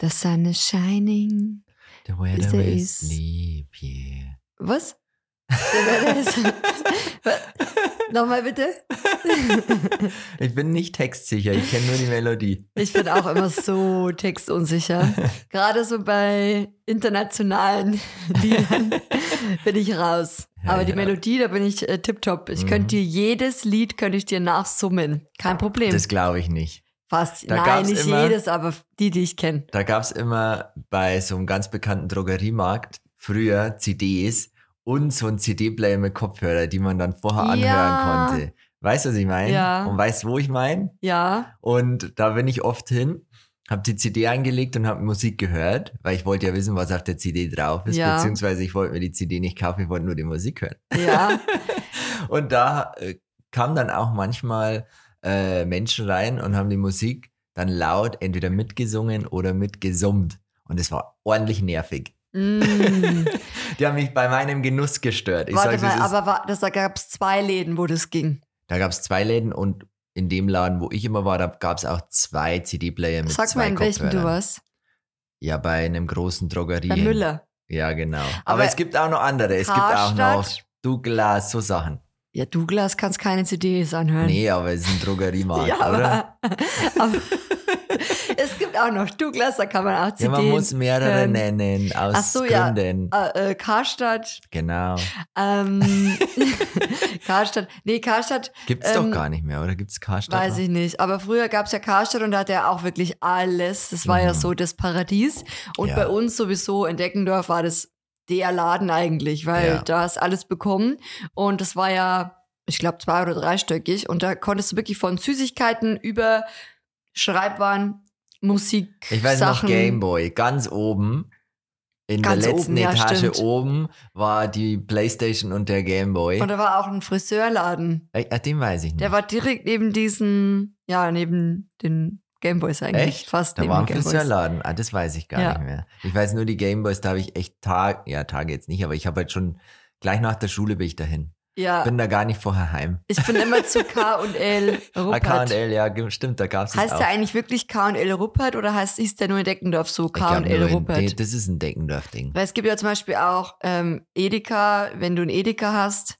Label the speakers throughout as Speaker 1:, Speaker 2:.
Speaker 1: The sun is shining.
Speaker 2: The
Speaker 1: Is
Speaker 2: weather
Speaker 1: there
Speaker 2: is
Speaker 1: is-
Speaker 2: sleepy.
Speaker 1: Was? Der Wetter ist- Was? Nochmal bitte.
Speaker 2: ich bin nicht textsicher, ich kenne nur die Melodie.
Speaker 1: Ich bin auch immer so textunsicher. Gerade so bei internationalen Liedern bin ich raus.
Speaker 2: Ja,
Speaker 1: Aber die
Speaker 2: ja.
Speaker 1: Melodie, da bin ich äh, tipptopp. Ich
Speaker 2: Mhm.
Speaker 1: könnte dir jedes Lied könnte ich dir nachsummen. Kein Problem.
Speaker 2: Das glaube ich nicht.
Speaker 1: Fast.
Speaker 2: da
Speaker 1: Nein,
Speaker 2: gab's
Speaker 1: nicht
Speaker 2: immer-
Speaker 1: jedes, aber die, die ich kenne.
Speaker 2: Da gab es immer bei so einem ganz bekannten Drogeriemarkt früher CDs und so ein CD-Player mit Kopfhörer, die man dann vorher anhören
Speaker 1: Ja.
Speaker 2: konnte. Weißt du, was ich meine?
Speaker 1: Ja.
Speaker 2: Und weißt, wo ich meine?
Speaker 1: Ja.
Speaker 2: Und da bin ich oft hin, habe die CD angelegt und habe Musik gehört, weil ich wollte ja wissen, was auf der CD drauf ist,
Speaker 1: Ja.
Speaker 2: beziehungsweise ich wollte mir die CD nicht kaufen, ich wollte nur die Musik hören.
Speaker 1: Ja.
Speaker 2: Und da äh, kamen dann auch manchmal äh, Menschen rein und haben die Musik dann laut entweder mitgesungen oder mitgesummt. Und es war ordentlich nervig.
Speaker 1: mm.
Speaker 2: Die haben mich bei meinem Genuss gestört. Ich
Speaker 1: Warte
Speaker 2: sag's,
Speaker 1: mal,
Speaker 2: es ist,
Speaker 1: aber war, das, da gab es zwei Läden, wo das ging.
Speaker 2: da gab es zwei Läden und in dem Laden, wo ich immer war, da gab es auch zwei CD-Player mit
Speaker 1: Sag
Speaker 2: zwei
Speaker 1: mal, in welchem
Speaker 2: Kopfhörern.
Speaker 1: du warst.
Speaker 2: Ja, bei einem großen Drogerie.
Speaker 1: Bei Müller.
Speaker 2: Ja, genau. Aber,
Speaker 1: Aber
Speaker 2: es gibt auch noch andere. Es gibt auch noch
Speaker 1: Karstadt?
Speaker 2: Douglas, so Sachen.
Speaker 1: Ja, Douglas kannst keine CDs anhören.
Speaker 2: Nee, aber es ist ein Drogeriemarkt,
Speaker 1: ja, aber,
Speaker 2: oder?
Speaker 1: aber es gibt auch noch Douglas, da kann man auch
Speaker 2: Ja,
Speaker 1: CDs.
Speaker 2: man muss mehrere
Speaker 1: ähm,
Speaker 2: nennen, aus
Speaker 1: ach so, ja.
Speaker 2: Gründen.
Speaker 1: äh, äh, Karstadt,
Speaker 2: Genau.
Speaker 1: ähm, Karstadt, nee, Karstadt,
Speaker 2: Gibt's
Speaker 1: Ähm,
Speaker 2: doch gar nicht mehr, oder? Gibt's Karstadt?
Speaker 1: weiß
Speaker 2: noch?
Speaker 1: ich nicht, aber früher gab es ja Karstadt und da hatte er auch wirklich alles, das war ja
Speaker 2: Mhm.
Speaker 1: so das Paradies und
Speaker 2: Ja.
Speaker 1: bei uns sowieso in Deckendorf war das der Laden eigentlich, weil
Speaker 2: Ja.
Speaker 1: da hast alles bekommen und das war ja, ich glaube, zwei- oder dreistöckig und da konntest du wirklich von Süßigkeiten über Schreibwaren, Musik,
Speaker 2: Ich weiß
Speaker 1: Sachen,
Speaker 2: noch Gameboy, ganz oben. In
Speaker 1: Ganz
Speaker 2: der letzten
Speaker 1: oben, ja,
Speaker 2: Etage
Speaker 1: stimmt.
Speaker 2: oben war die Playstation und der Gameboy.
Speaker 1: Und da war auch ein Friseurladen.
Speaker 2: Ey, ah, den weiß ich nicht.
Speaker 1: Der war direkt neben diesen, ja, neben den Gameboys eigentlich.
Speaker 2: Echt?
Speaker 1: Fast
Speaker 2: da
Speaker 1: neben
Speaker 2: war ein
Speaker 1: den Gameboys.
Speaker 2: Friseurladen. Ah, das weiß ich gar
Speaker 1: Ja.
Speaker 2: nicht mehr. Ich weiß nur, die Gameboys, da habe ich echt Tage, ja, Tage jetzt nicht, aber ich habe halt schon, gleich nach der Schule bin ich dahin.
Speaker 1: Ja,
Speaker 2: Bin da gar nicht vorher heim.
Speaker 1: ich bin immer zu K und L Ruppert.
Speaker 2: AKL, ja, ge- stimmt, da gab's das
Speaker 1: Heißt
Speaker 2: auch.
Speaker 1: der eigentlich wirklich K und L Ruppert oder heißt, hieß der nur in Deckendorf so
Speaker 2: Ich
Speaker 1: K
Speaker 2: glaub,
Speaker 1: und
Speaker 2: nur
Speaker 1: L
Speaker 2: in-
Speaker 1: Ruppert?
Speaker 2: Das ist ein Deckendorf-Ding.
Speaker 1: Weil es gibt ja zum Beispiel auch ähm, Edeka, wenn du einen Edeka hast,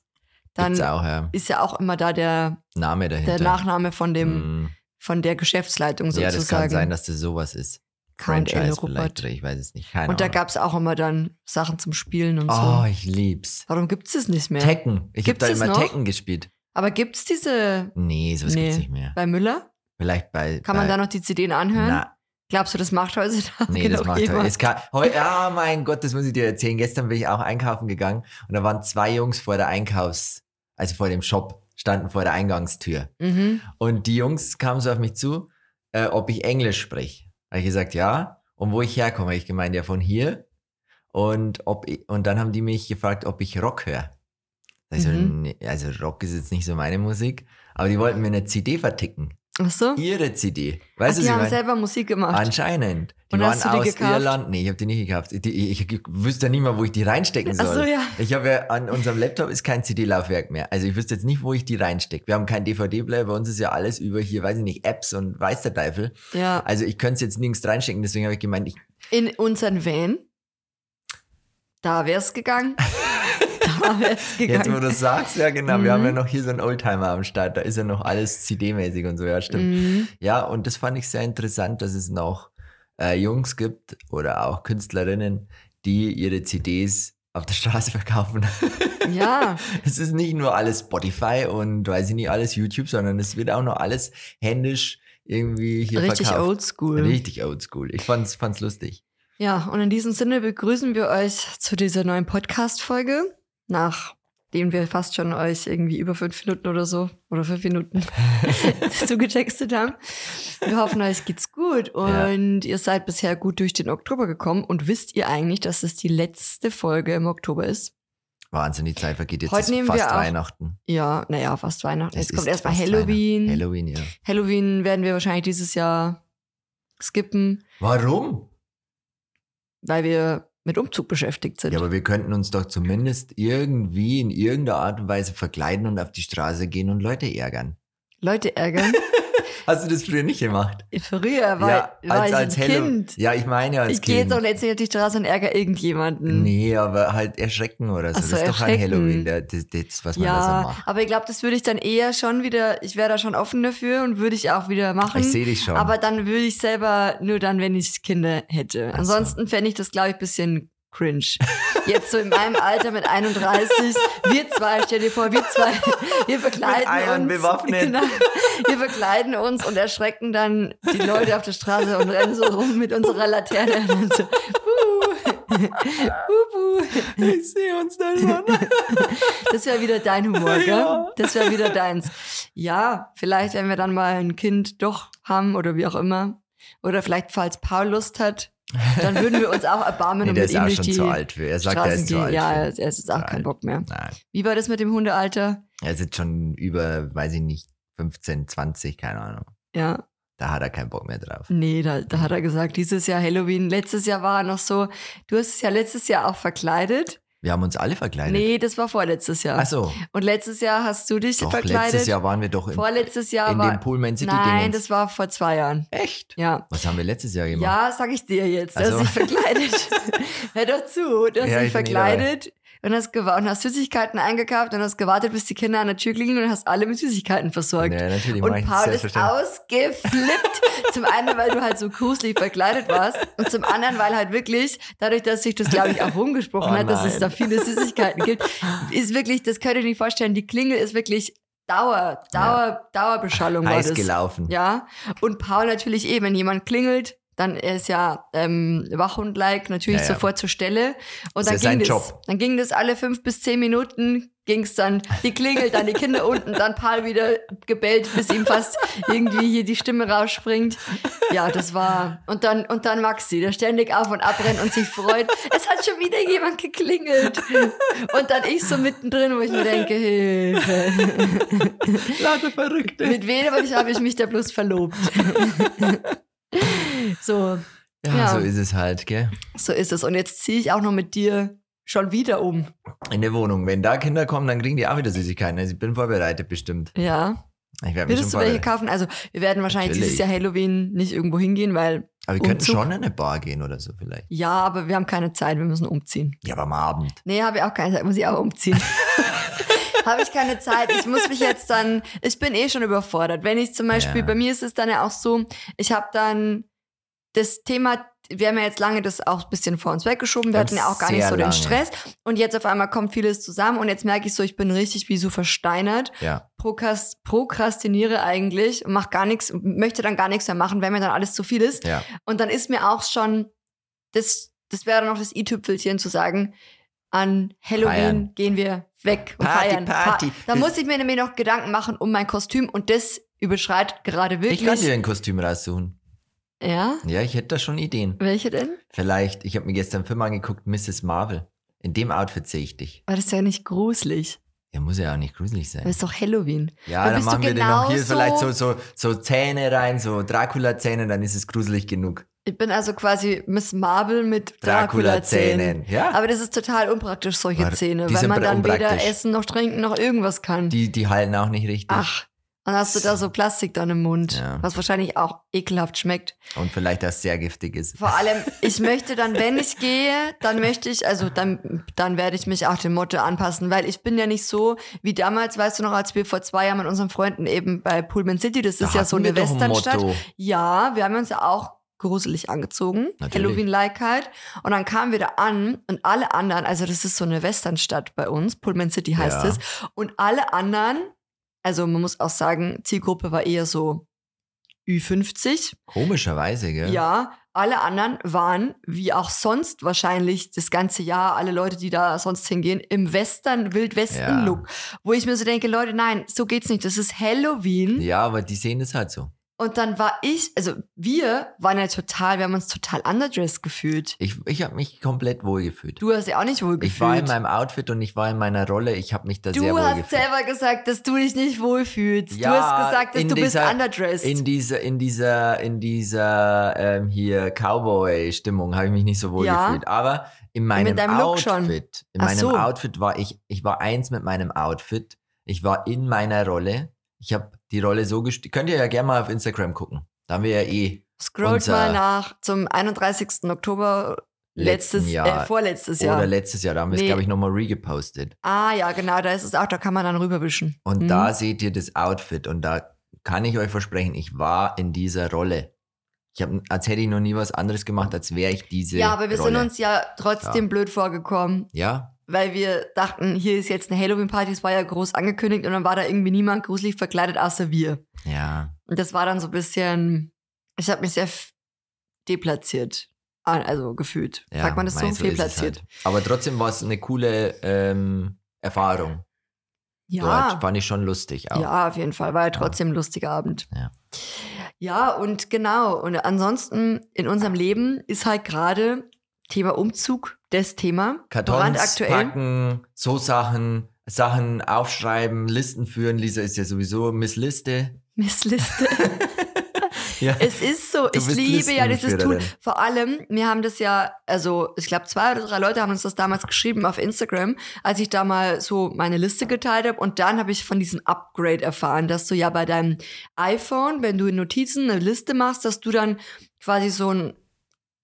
Speaker 1: dann
Speaker 2: Gibt's auch, ja.
Speaker 1: ist ja auch immer da der,
Speaker 2: Name dahinter.
Speaker 1: der Nachname von dem,
Speaker 2: Mm.
Speaker 1: von der Geschäftsleitung
Speaker 2: Ja,
Speaker 1: sozusagen.
Speaker 2: das kann sein, dass das sowas ist.
Speaker 1: K und L
Speaker 2: Franchise vielleicht,
Speaker 1: Ruppert.
Speaker 2: oder ich weiß es nicht. Keine
Speaker 1: Und da
Speaker 2: Ahnung.
Speaker 1: gab es auch immer dann Sachen zum Spielen und
Speaker 2: Oh,
Speaker 1: so.
Speaker 2: ich lieb's.
Speaker 1: Warum gibt es das nicht mehr?
Speaker 2: Tekken. Ich habe
Speaker 1: Gibt's
Speaker 2: da
Speaker 1: das
Speaker 2: immer
Speaker 1: noch?
Speaker 2: Tekken gespielt.
Speaker 1: Aber gibt es diese
Speaker 2: Nee, sowas
Speaker 1: Nee.
Speaker 2: gibt's nicht mehr.
Speaker 1: bei Müller?
Speaker 2: Vielleicht bei.
Speaker 1: Kann man
Speaker 2: bei,
Speaker 1: da noch Genau, die CDn anhören?
Speaker 2: Na,
Speaker 1: Glaubst du, das macht heutzutage
Speaker 2: Äh, nee, das
Speaker 1: noch
Speaker 2: macht
Speaker 1: jemand?
Speaker 2: es kann, heu, Ah, mein Gott, das muss ich dir erzählen. Gestern bin ich auch einkaufen gegangen und da waren zwei Jungs vor der Einkaufs-, also vor dem Shop, standen vor der Eingangstür.
Speaker 1: Mhm.
Speaker 2: Und die Jungs kamen so auf mich zu, äh, ob ich Englisch spreche. Habe ich gesagt, ja. Und wo ich herkomme, habe ich gemeint, ja, von hier. Und, ob ich, und dann haben die mich gefragt, ob ich Rock höre. Also,
Speaker 1: Mhm.
Speaker 2: nee, also Rock ist jetzt nicht so meine Musik, aber die wollten mir eine CD verticken.
Speaker 1: Ach so?
Speaker 2: Ihre CD.
Speaker 1: Ach,
Speaker 2: Weißt du,
Speaker 1: die
Speaker 2: was ich
Speaker 1: haben
Speaker 2: meine?
Speaker 1: selber Musik gemacht.
Speaker 2: Anscheinend. Die
Speaker 1: Und
Speaker 2: waren
Speaker 1: hast du die
Speaker 2: aus
Speaker 1: gekauft?
Speaker 2: Irland. Nee, ich habe die nicht gekauft. Die, ich, ich wüsste ja nicht mal, wo ich die reinstecken soll.
Speaker 1: Ach so, ja.
Speaker 2: Ich habe ja an unserem Laptop ist kein CD-Laufwerk mehr. Also ich wüsste jetzt nicht, wo ich die reinstecke. Wir haben keinen DVD-Player, bei uns ist ja alles über hier, weiß ich nicht, Apps und weiß der Teufel.
Speaker 1: ja.
Speaker 2: Also ich könnte es jetzt nirgends reinstecken, deswegen habe ich gemeint, ich,
Speaker 1: In unseren Van, da wär's gegangen. da wär's
Speaker 2: jetzt wo
Speaker 1: gegangen.
Speaker 2: du das sagst, ja genau,
Speaker 1: Mhm.
Speaker 2: wir haben ja noch hier so einen Oldtimer am Start, da ist ja noch alles CD-mäßig und so, ja stimmt.
Speaker 1: Mhm.
Speaker 2: Ja, und das fand ich sehr interessant, dass es noch äh, Jungs gibt oder auch Künstlerinnen, die ihre CDs auf der Straße verkaufen.
Speaker 1: Ja,
Speaker 2: Es ist nicht nur alles Spotify und weiß ich nicht, alles YouTube, sondern es wird auch noch alles händisch irgendwie hier
Speaker 1: richtig
Speaker 2: verkauft.
Speaker 1: oldschool.
Speaker 2: Richtig oldschool. Ich fand's, fand's lustig.
Speaker 1: Ja, und in diesem Sinne begrüßen wir euch zu dieser neuen Podcast-Folge, nachdem wir fast schon euch irgendwie über fünf Minuten oder so oder fünf Minuten zugetextet haben. Wir hoffen, euch geht's gut
Speaker 2: Ja.
Speaker 1: und ihr seid bisher gut durch den Oktober gekommen. Und wisst ihr eigentlich, dass es die letzte Folge im Oktober ist?
Speaker 2: Wahnsinn, die Zeit vergeht jetzt
Speaker 1: Heute
Speaker 2: ist
Speaker 1: nehmen wir
Speaker 2: fast
Speaker 1: auch-
Speaker 2: Weihnachten.
Speaker 1: Ja, naja, fast Weihnachten.
Speaker 2: Es
Speaker 1: Jetzt kommt
Speaker 2: ist
Speaker 1: erstmal
Speaker 2: fast
Speaker 1: Halloween. Halloween.
Speaker 2: Halloween, ja.
Speaker 1: werden wir wahrscheinlich dieses Jahr skippen,
Speaker 2: Warum?
Speaker 1: weil wir mit Umzug beschäftigt sind.
Speaker 2: Ja, aber wir könnten uns doch zumindest irgendwie in irgendeiner Art und Weise verkleiden und auf die Straße gehen und Leute ärgern.
Speaker 1: Leute ärgern.
Speaker 2: Hast du das früher nicht gemacht?
Speaker 1: Früher war, war ich ein
Speaker 2: Hello-
Speaker 1: Kind.
Speaker 2: Ja, ich meine als
Speaker 1: Ich gehe
Speaker 2: Kind.
Speaker 1: jetzt auch nicht auf die Straße und ärgere irgendjemanden.
Speaker 2: Nee, aber halt erschrecken oder so.
Speaker 1: Ach so,
Speaker 2: das ist doch ein
Speaker 1: erschrecken.
Speaker 2: Halloween, der, das, das, was man da so
Speaker 1: Ja,
Speaker 2: macht.
Speaker 1: aber ich glaube, das würde ich dann eher schon wieder, ich wäre da schon offen dafür und würde ich auch wieder machen.
Speaker 2: Ich sehe dich schon.
Speaker 1: Ähm, Aber dann würde ich selber nur dann, wenn ich Kinder hätte.
Speaker 2: so.
Speaker 1: Ansonsten fände ich das, glaube ich, ein bisschen cringe. Jetzt so in meinem Alter mit 31, wir zwei, stell dir vor, wir zwei, wir verkleiden
Speaker 2: Mit Eiern
Speaker 1: uns.
Speaker 2: bewaffnet.
Speaker 1: Genau, wir verkleiden uns und erschrecken dann die Leute auf der Straße und rennen so rum mit unserer Laterne. Und dann so, buh, buh, buh.
Speaker 2: ich sehe uns dann schon.
Speaker 1: Das wäre wieder dein Humor, gell?
Speaker 2: Ja.
Speaker 1: Das wäre wieder deins. Ja, vielleicht, wenn wir dann mal ein Kind doch haben oder wie auch immer. Oder vielleicht, falls Paul Lust hat, dann würden wir uns auch erbarmen
Speaker 2: nee,
Speaker 1: und
Speaker 2: der
Speaker 1: mit
Speaker 2: ist
Speaker 1: ihm
Speaker 2: auch
Speaker 1: durch
Speaker 2: schon
Speaker 1: die
Speaker 2: zu alt für. Er sagt, er
Speaker 1: Straßen
Speaker 2: ist zu
Speaker 1: gehen.
Speaker 2: alt
Speaker 1: Ja, er
Speaker 2: für.
Speaker 1: ist jetzt auch
Speaker 2: Zu
Speaker 1: kein
Speaker 2: alt.
Speaker 1: Bock mehr.
Speaker 2: Nein,
Speaker 1: Wie war das mit dem Hundealter?
Speaker 2: er ist jetzt schon über, weiß ich nicht, 15, 20, keine Ahnung.
Speaker 1: Ja,
Speaker 2: Da hat er keinen Bock mehr drauf.
Speaker 1: nee, da, da hat er gesagt, dieses Jahr Halloween. Letztes Jahr war er noch so, du hast es ja letztes Jahr auch verkleidet.
Speaker 2: Wir haben uns alle verkleidet.
Speaker 1: Nee, das war vorletztes Jahr.
Speaker 2: Ach so,
Speaker 1: Und letztes Jahr hast du dich
Speaker 2: doch,
Speaker 1: verkleidet.
Speaker 2: letztes Jahr waren wir doch in,
Speaker 1: Vorletztes Jahr
Speaker 2: in
Speaker 1: war.
Speaker 2: dem Pullman City
Speaker 1: Nein,
Speaker 2: Dingens.
Speaker 1: das war vor zwei Jahren.
Speaker 2: Echt?
Speaker 1: Ja.
Speaker 2: Was haben wir letztes Jahr gemacht?
Speaker 1: Ja, sag ich dir jetzt,
Speaker 2: Ach
Speaker 1: dass
Speaker 2: so.
Speaker 1: ich verkleidet. Hör doch zu, du hast dich
Speaker 2: Also Ja, ich bin eh
Speaker 1: verkleidet und hast, gewa- und hast Süßigkeiten eingekauft und hast gewartet, bis die Kinder an der Tür klingeln und hast alle mit Süßigkeiten versorgt.
Speaker 2: Ja, natürlich mach
Speaker 1: Und
Speaker 2: ich
Speaker 1: Paul
Speaker 2: das
Speaker 1: ist
Speaker 2: selbstverständlich.
Speaker 1: ausgeflippt. zum einen, weil du halt so kuselig verkleidet warst. Und zum anderen, weil halt wirklich, dadurch, dass sich das, glaube ich, auch rumgesprochen
Speaker 2: Oh
Speaker 1: hat, dass es
Speaker 2: nein.
Speaker 1: da viele Süßigkeiten gibt, ist wirklich, das könnt ihr nicht vorstellen, die Klingel ist wirklich Dauer, Dauer, Dauerbeschallung war
Speaker 2: Heiß
Speaker 1: oh das.
Speaker 2: gelaufen.
Speaker 1: Ja, und Paul natürlich eh, wenn jemand klingelt, dann er ist ja ähm, wachhund-like natürlich
Speaker 2: Ja, ja.
Speaker 1: sofort zur Stelle. Und
Speaker 2: Das
Speaker 1: dann
Speaker 2: ist
Speaker 1: ging,
Speaker 2: sein
Speaker 1: das,
Speaker 2: Job.
Speaker 1: dann ging das alle fünf bis zehn Minuten, ging es dann, die klingelt, dann die Kinder unten, dann Paul wieder gebellt, bis ihm fast irgendwie hier die Stimme rausspringt. Ja, das war. Und dann, und dann Maxi, der ständig auf und abrennt und sich freut. Es hat schon wieder jemand geklingelt. Und dann ich so mittendrin, wo ich mir denke, Hilfe.
Speaker 2: Lauter Verrückte.
Speaker 1: Mit wem habe ich, habe ich mich da bloß verlobt? so,
Speaker 2: Ja,
Speaker 1: Ja.
Speaker 2: so ist es halt, gell?
Speaker 1: so ist es. Und jetzt ziehe ich auch noch mit dir schon wieder um.
Speaker 2: In der Wohnung. Wenn da Kinder kommen, dann kriegen die auch wieder Süßigkeiten. Also ich bin vorbereitet bestimmt.
Speaker 1: Ja.
Speaker 2: Ich werde mich schon
Speaker 1: Würdest du welche
Speaker 2: vorbereiten.
Speaker 1: kaufen? Also, wir werden wahrscheinlich
Speaker 2: Natürlich.
Speaker 1: dieses Jahr Halloween nicht irgendwo hingehen, weil,
Speaker 2: Aber wir könnten
Speaker 1: Umzug?
Speaker 2: schon in eine Bar gehen oder so vielleicht.
Speaker 1: ja, aber wir haben keine Zeit, wir müssen umziehen.
Speaker 2: Ja, aber am Abend.
Speaker 1: Nee, habe ich auch keine Zeit, muss ich auch umziehen. habe ich keine Zeit. Ich muss mich jetzt dann, ich bin eh schon überfordert. Wenn ich zum Beispiel,
Speaker 2: Ja.
Speaker 1: bei mir ist es dann ja auch so, ich habe dann das Thema, wir haben ja jetzt lange das auch ein bisschen vor uns weggeschoben, wir
Speaker 2: Wir
Speaker 1: hatten ja auch gar
Speaker 2: haben's
Speaker 1: nicht
Speaker 2: sehr
Speaker 1: so den
Speaker 2: lange.
Speaker 1: Stress und jetzt auf einmal kommt vieles zusammen und jetzt merke ich so, ich bin richtig wie so versteinert,
Speaker 2: Ja.
Speaker 1: prokrast prokrastiniere eigentlich, mache gar nichts, möchte dann gar nichts mehr machen, wenn mir dann alles zu viel ist.
Speaker 2: Ja.
Speaker 1: Und dann ist mir auch schon, das, das wäre noch das i-Tüpfelchen zu sagen, an Halloween
Speaker 2: Feiern.
Speaker 1: gehen wir weg und
Speaker 2: Party,
Speaker 1: feiern.
Speaker 2: Party.
Speaker 1: da
Speaker 2: Das-
Speaker 1: muss ich mir nämlich noch Gedanken machen um mein Kostüm und das überschreitet gerade
Speaker 2: Ich kann dir
Speaker 1: wirklich.
Speaker 2: ein Kostüm raussuchen.
Speaker 1: Ja,
Speaker 2: Ja, ich hätte da schon Ideen.
Speaker 1: welche denn?
Speaker 2: Vielleicht, ich habe mir gestern einen Film angeguckt, Mrs. Marvel. In dem Outfit sehe ich dich.
Speaker 1: War das ist ja nicht gruselig.
Speaker 2: Ja, muss ja auch nicht gruselig sein.
Speaker 1: Das ist doch Halloween.
Speaker 2: Ja,
Speaker 1: Dann
Speaker 2: dann
Speaker 1: bist du
Speaker 2: machen wir den noch hier
Speaker 1: genauso-
Speaker 2: vielleicht so, so, so Zähne rein, so Dracula-Zähne, dann ist es gruselig genug.
Speaker 1: Ich bin also quasi Miss Marvel mit Dracula-Zähnen.
Speaker 2: Dracula-Zähnen. Ja.
Speaker 1: Aber das ist total unpraktisch, solche
Speaker 2: Aber
Speaker 1: Zähne,
Speaker 2: die
Speaker 1: weil
Speaker 2: sind
Speaker 1: man dann weder
Speaker 2: unpraktisch.
Speaker 1: essen noch trinken noch irgendwas kann.
Speaker 2: Die, die halten auch nicht richtig.
Speaker 1: Ach, und hast du da so Plastik dann im Mund,
Speaker 2: Ja.
Speaker 1: was wahrscheinlich auch ekelhaft schmeckt.
Speaker 2: Und vielleicht auch sehr giftig ist.
Speaker 1: Vor allem, ich möchte dann, wenn ich gehe, dann möchte ich, also dann, dann werde ich mich auch dem Motto anpassen, weil ich bin ja nicht so wie damals, weißt du noch, als wir vor zwei Jahren mit unseren Freunden eben bei Pullman City, das ist
Speaker 2: Da
Speaker 1: ja so
Speaker 2: hatten
Speaker 1: eine
Speaker 2: wir doch ein
Speaker 1: Westernstadt.
Speaker 2: Motto.
Speaker 1: Ja, wir haben uns ja auch gruselig angezogen,
Speaker 2: Natürlich.
Speaker 1: Halloween-like halt. Und dann kamen wir da an und alle anderen, also das ist so eine Westernstadt bei uns, Pullman City heißt
Speaker 2: Ja.
Speaker 1: es, und alle anderen, also man muss auch sagen, Zielgruppe war eher so Ü50,
Speaker 2: Komischerweise,
Speaker 1: ja.
Speaker 2: gell?
Speaker 1: alle anderen waren, wie auch sonst wahrscheinlich das ganze Jahr, alle Leute, die da sonst hingehen, im Western, Wildwesten-Look. Wo ich mir so denke, Leute, nein, so geht's nicht. Das ist Halloween.
Speaker 2: Ja, aber die sehen es halt so.
Speaker 1: Und dann war ich, also wir waren ja total, wir haben uns total underdressed gefühlt.
Speaker 2: Ich, ich habe mich komplett wohlgefühlt.
Speaker 1: Du hast ja auch nicht wohl gefühlt.
Speaker 2: ich war in meinem Outfit und ich war in meiner Rolle. Ich habe mich da sehr
Speaker 1: du hast
Speaker 2: wohlgefühlt.
Speaker 1: selber gesagt, dass du dich nicht wohlfühlst. du
Speaker 2: Ja,
Speaker 1: hast gesagt, dass
Speaker 2: in
Speaker 1: du bist
Speaker 2: dieser-
Speaker 1: underdressed.
Speaker 2: In dieser, in dieser, in dieser ähm, hier Cowboy-Stimmung habe ich mich nicht so wohl
Speaker 1: Ja.
Speaker 2: gefühlt. Aber in meinem
Speaker 1: mit deinem Look
Speaker 2: Outfit,
Speaker 1: schon.
Speaker 2: in
Speaker 1: Ach
Speaker 2: meinem
Speaker 1: so.
Speaker 2: Outfit war ich, ich war eins mit meinem Outfit. Ich war in meiner Rolle. Ich habe die Rolle so gespielt. Könnt ihr ja gerne mal auf Instagram gucken. Da haben wir ja eh
Speaker 1: Scrollt
Speaker 2: Unser-
Speaker 1: mal nach zum 31. Oktober letztes,
Speaker 2: Letzten Jahr.
Speaker 1: äh, vorletztes
Speaker 2: oder
Speaker 1: Jahr.
Speaker 2: letztes Jahr, da haben wir es,
Speaker 1: Nee.
Speaker 2: glaube ich, nochmal regepostet.
Speaker 1: ah ja, genau, da ist es auch, da kann man dann rüberwischen.
Speaker 2: Und
Speaker 1: Mhm.
Speaker 2: da seht ihr das Outfit und da kann ich euch versprechen, ich war in dieser Rolle. Ich habe, als hätte ich noch nie was anderes gemacht, als wäre ich diese
Speaker 1: Ja, aber wir
Speaker 2: Rolle.
Speaker 1: sind uns ja trotzdem
Speaker 2: Ja.
Speaker 1: blöd vorgekommen,
Speaker 2: Ja,
Speaker 1: weil wir dachten, hier ist jetzt eine Halloween-Party, es war ja groß angekündigt und dann war da irgendwie niemand gruselig verkleidet, außer wir.
Speaker 2: ja.
Speaker 1: Und das war dann so ein bisschen, ich habe mich sehr f- deplatziert, Ah, also gefühlt.
Speaker 2: ja
Speaker 1: Sagt man das so?
Speaker 2: mei, ist es
Speaker 1: Fehlplatziert.
Speaker 2: Halt. Aber trotzdem war es eine coole ähm, Erfahrung.
Speaker 1: Ja,
Speaker 2: Dort fand ich schon lustig auch.
Speaker 1: Ja, auf jeden Fall. War ja trotzdem ein lustiger Abend.
Speaker 2: Ja.
Speaker 1: Ja, und genau. Und ansonsten in unserem Leben ist halt gerade Thema Umzug das Thema.
Speaker 2: Kartons
Speaker 1: Brandaktuell.
Speaker 2: packen, so Sachen, Sachen aufschreiben, Listen führen. Lisa ist ja sowieso Miss Liste.
Speaker 1: Missliste.
Speaker 2: Ja.
Speaker 1: es ist so.
Speaker 2: Du
Speaker 1: ich
Speaker 2: bist
Speaker 1: liebe ja dieses Tool.
Speaker 2: Listenführerin.
Speaker 1: Vor allem, wir haben das ja, also ich glaube, zwei oder drei Leute haben uns das damals geschrieben auf Instagram, als ich da mal so meine Liste geteilt habe. Und dann habe ich von diesem Upgrade erfahren, dass du ja bei deinem iPhone, wenn du in Notizen eine Liste machst, dass du dann quasi so ein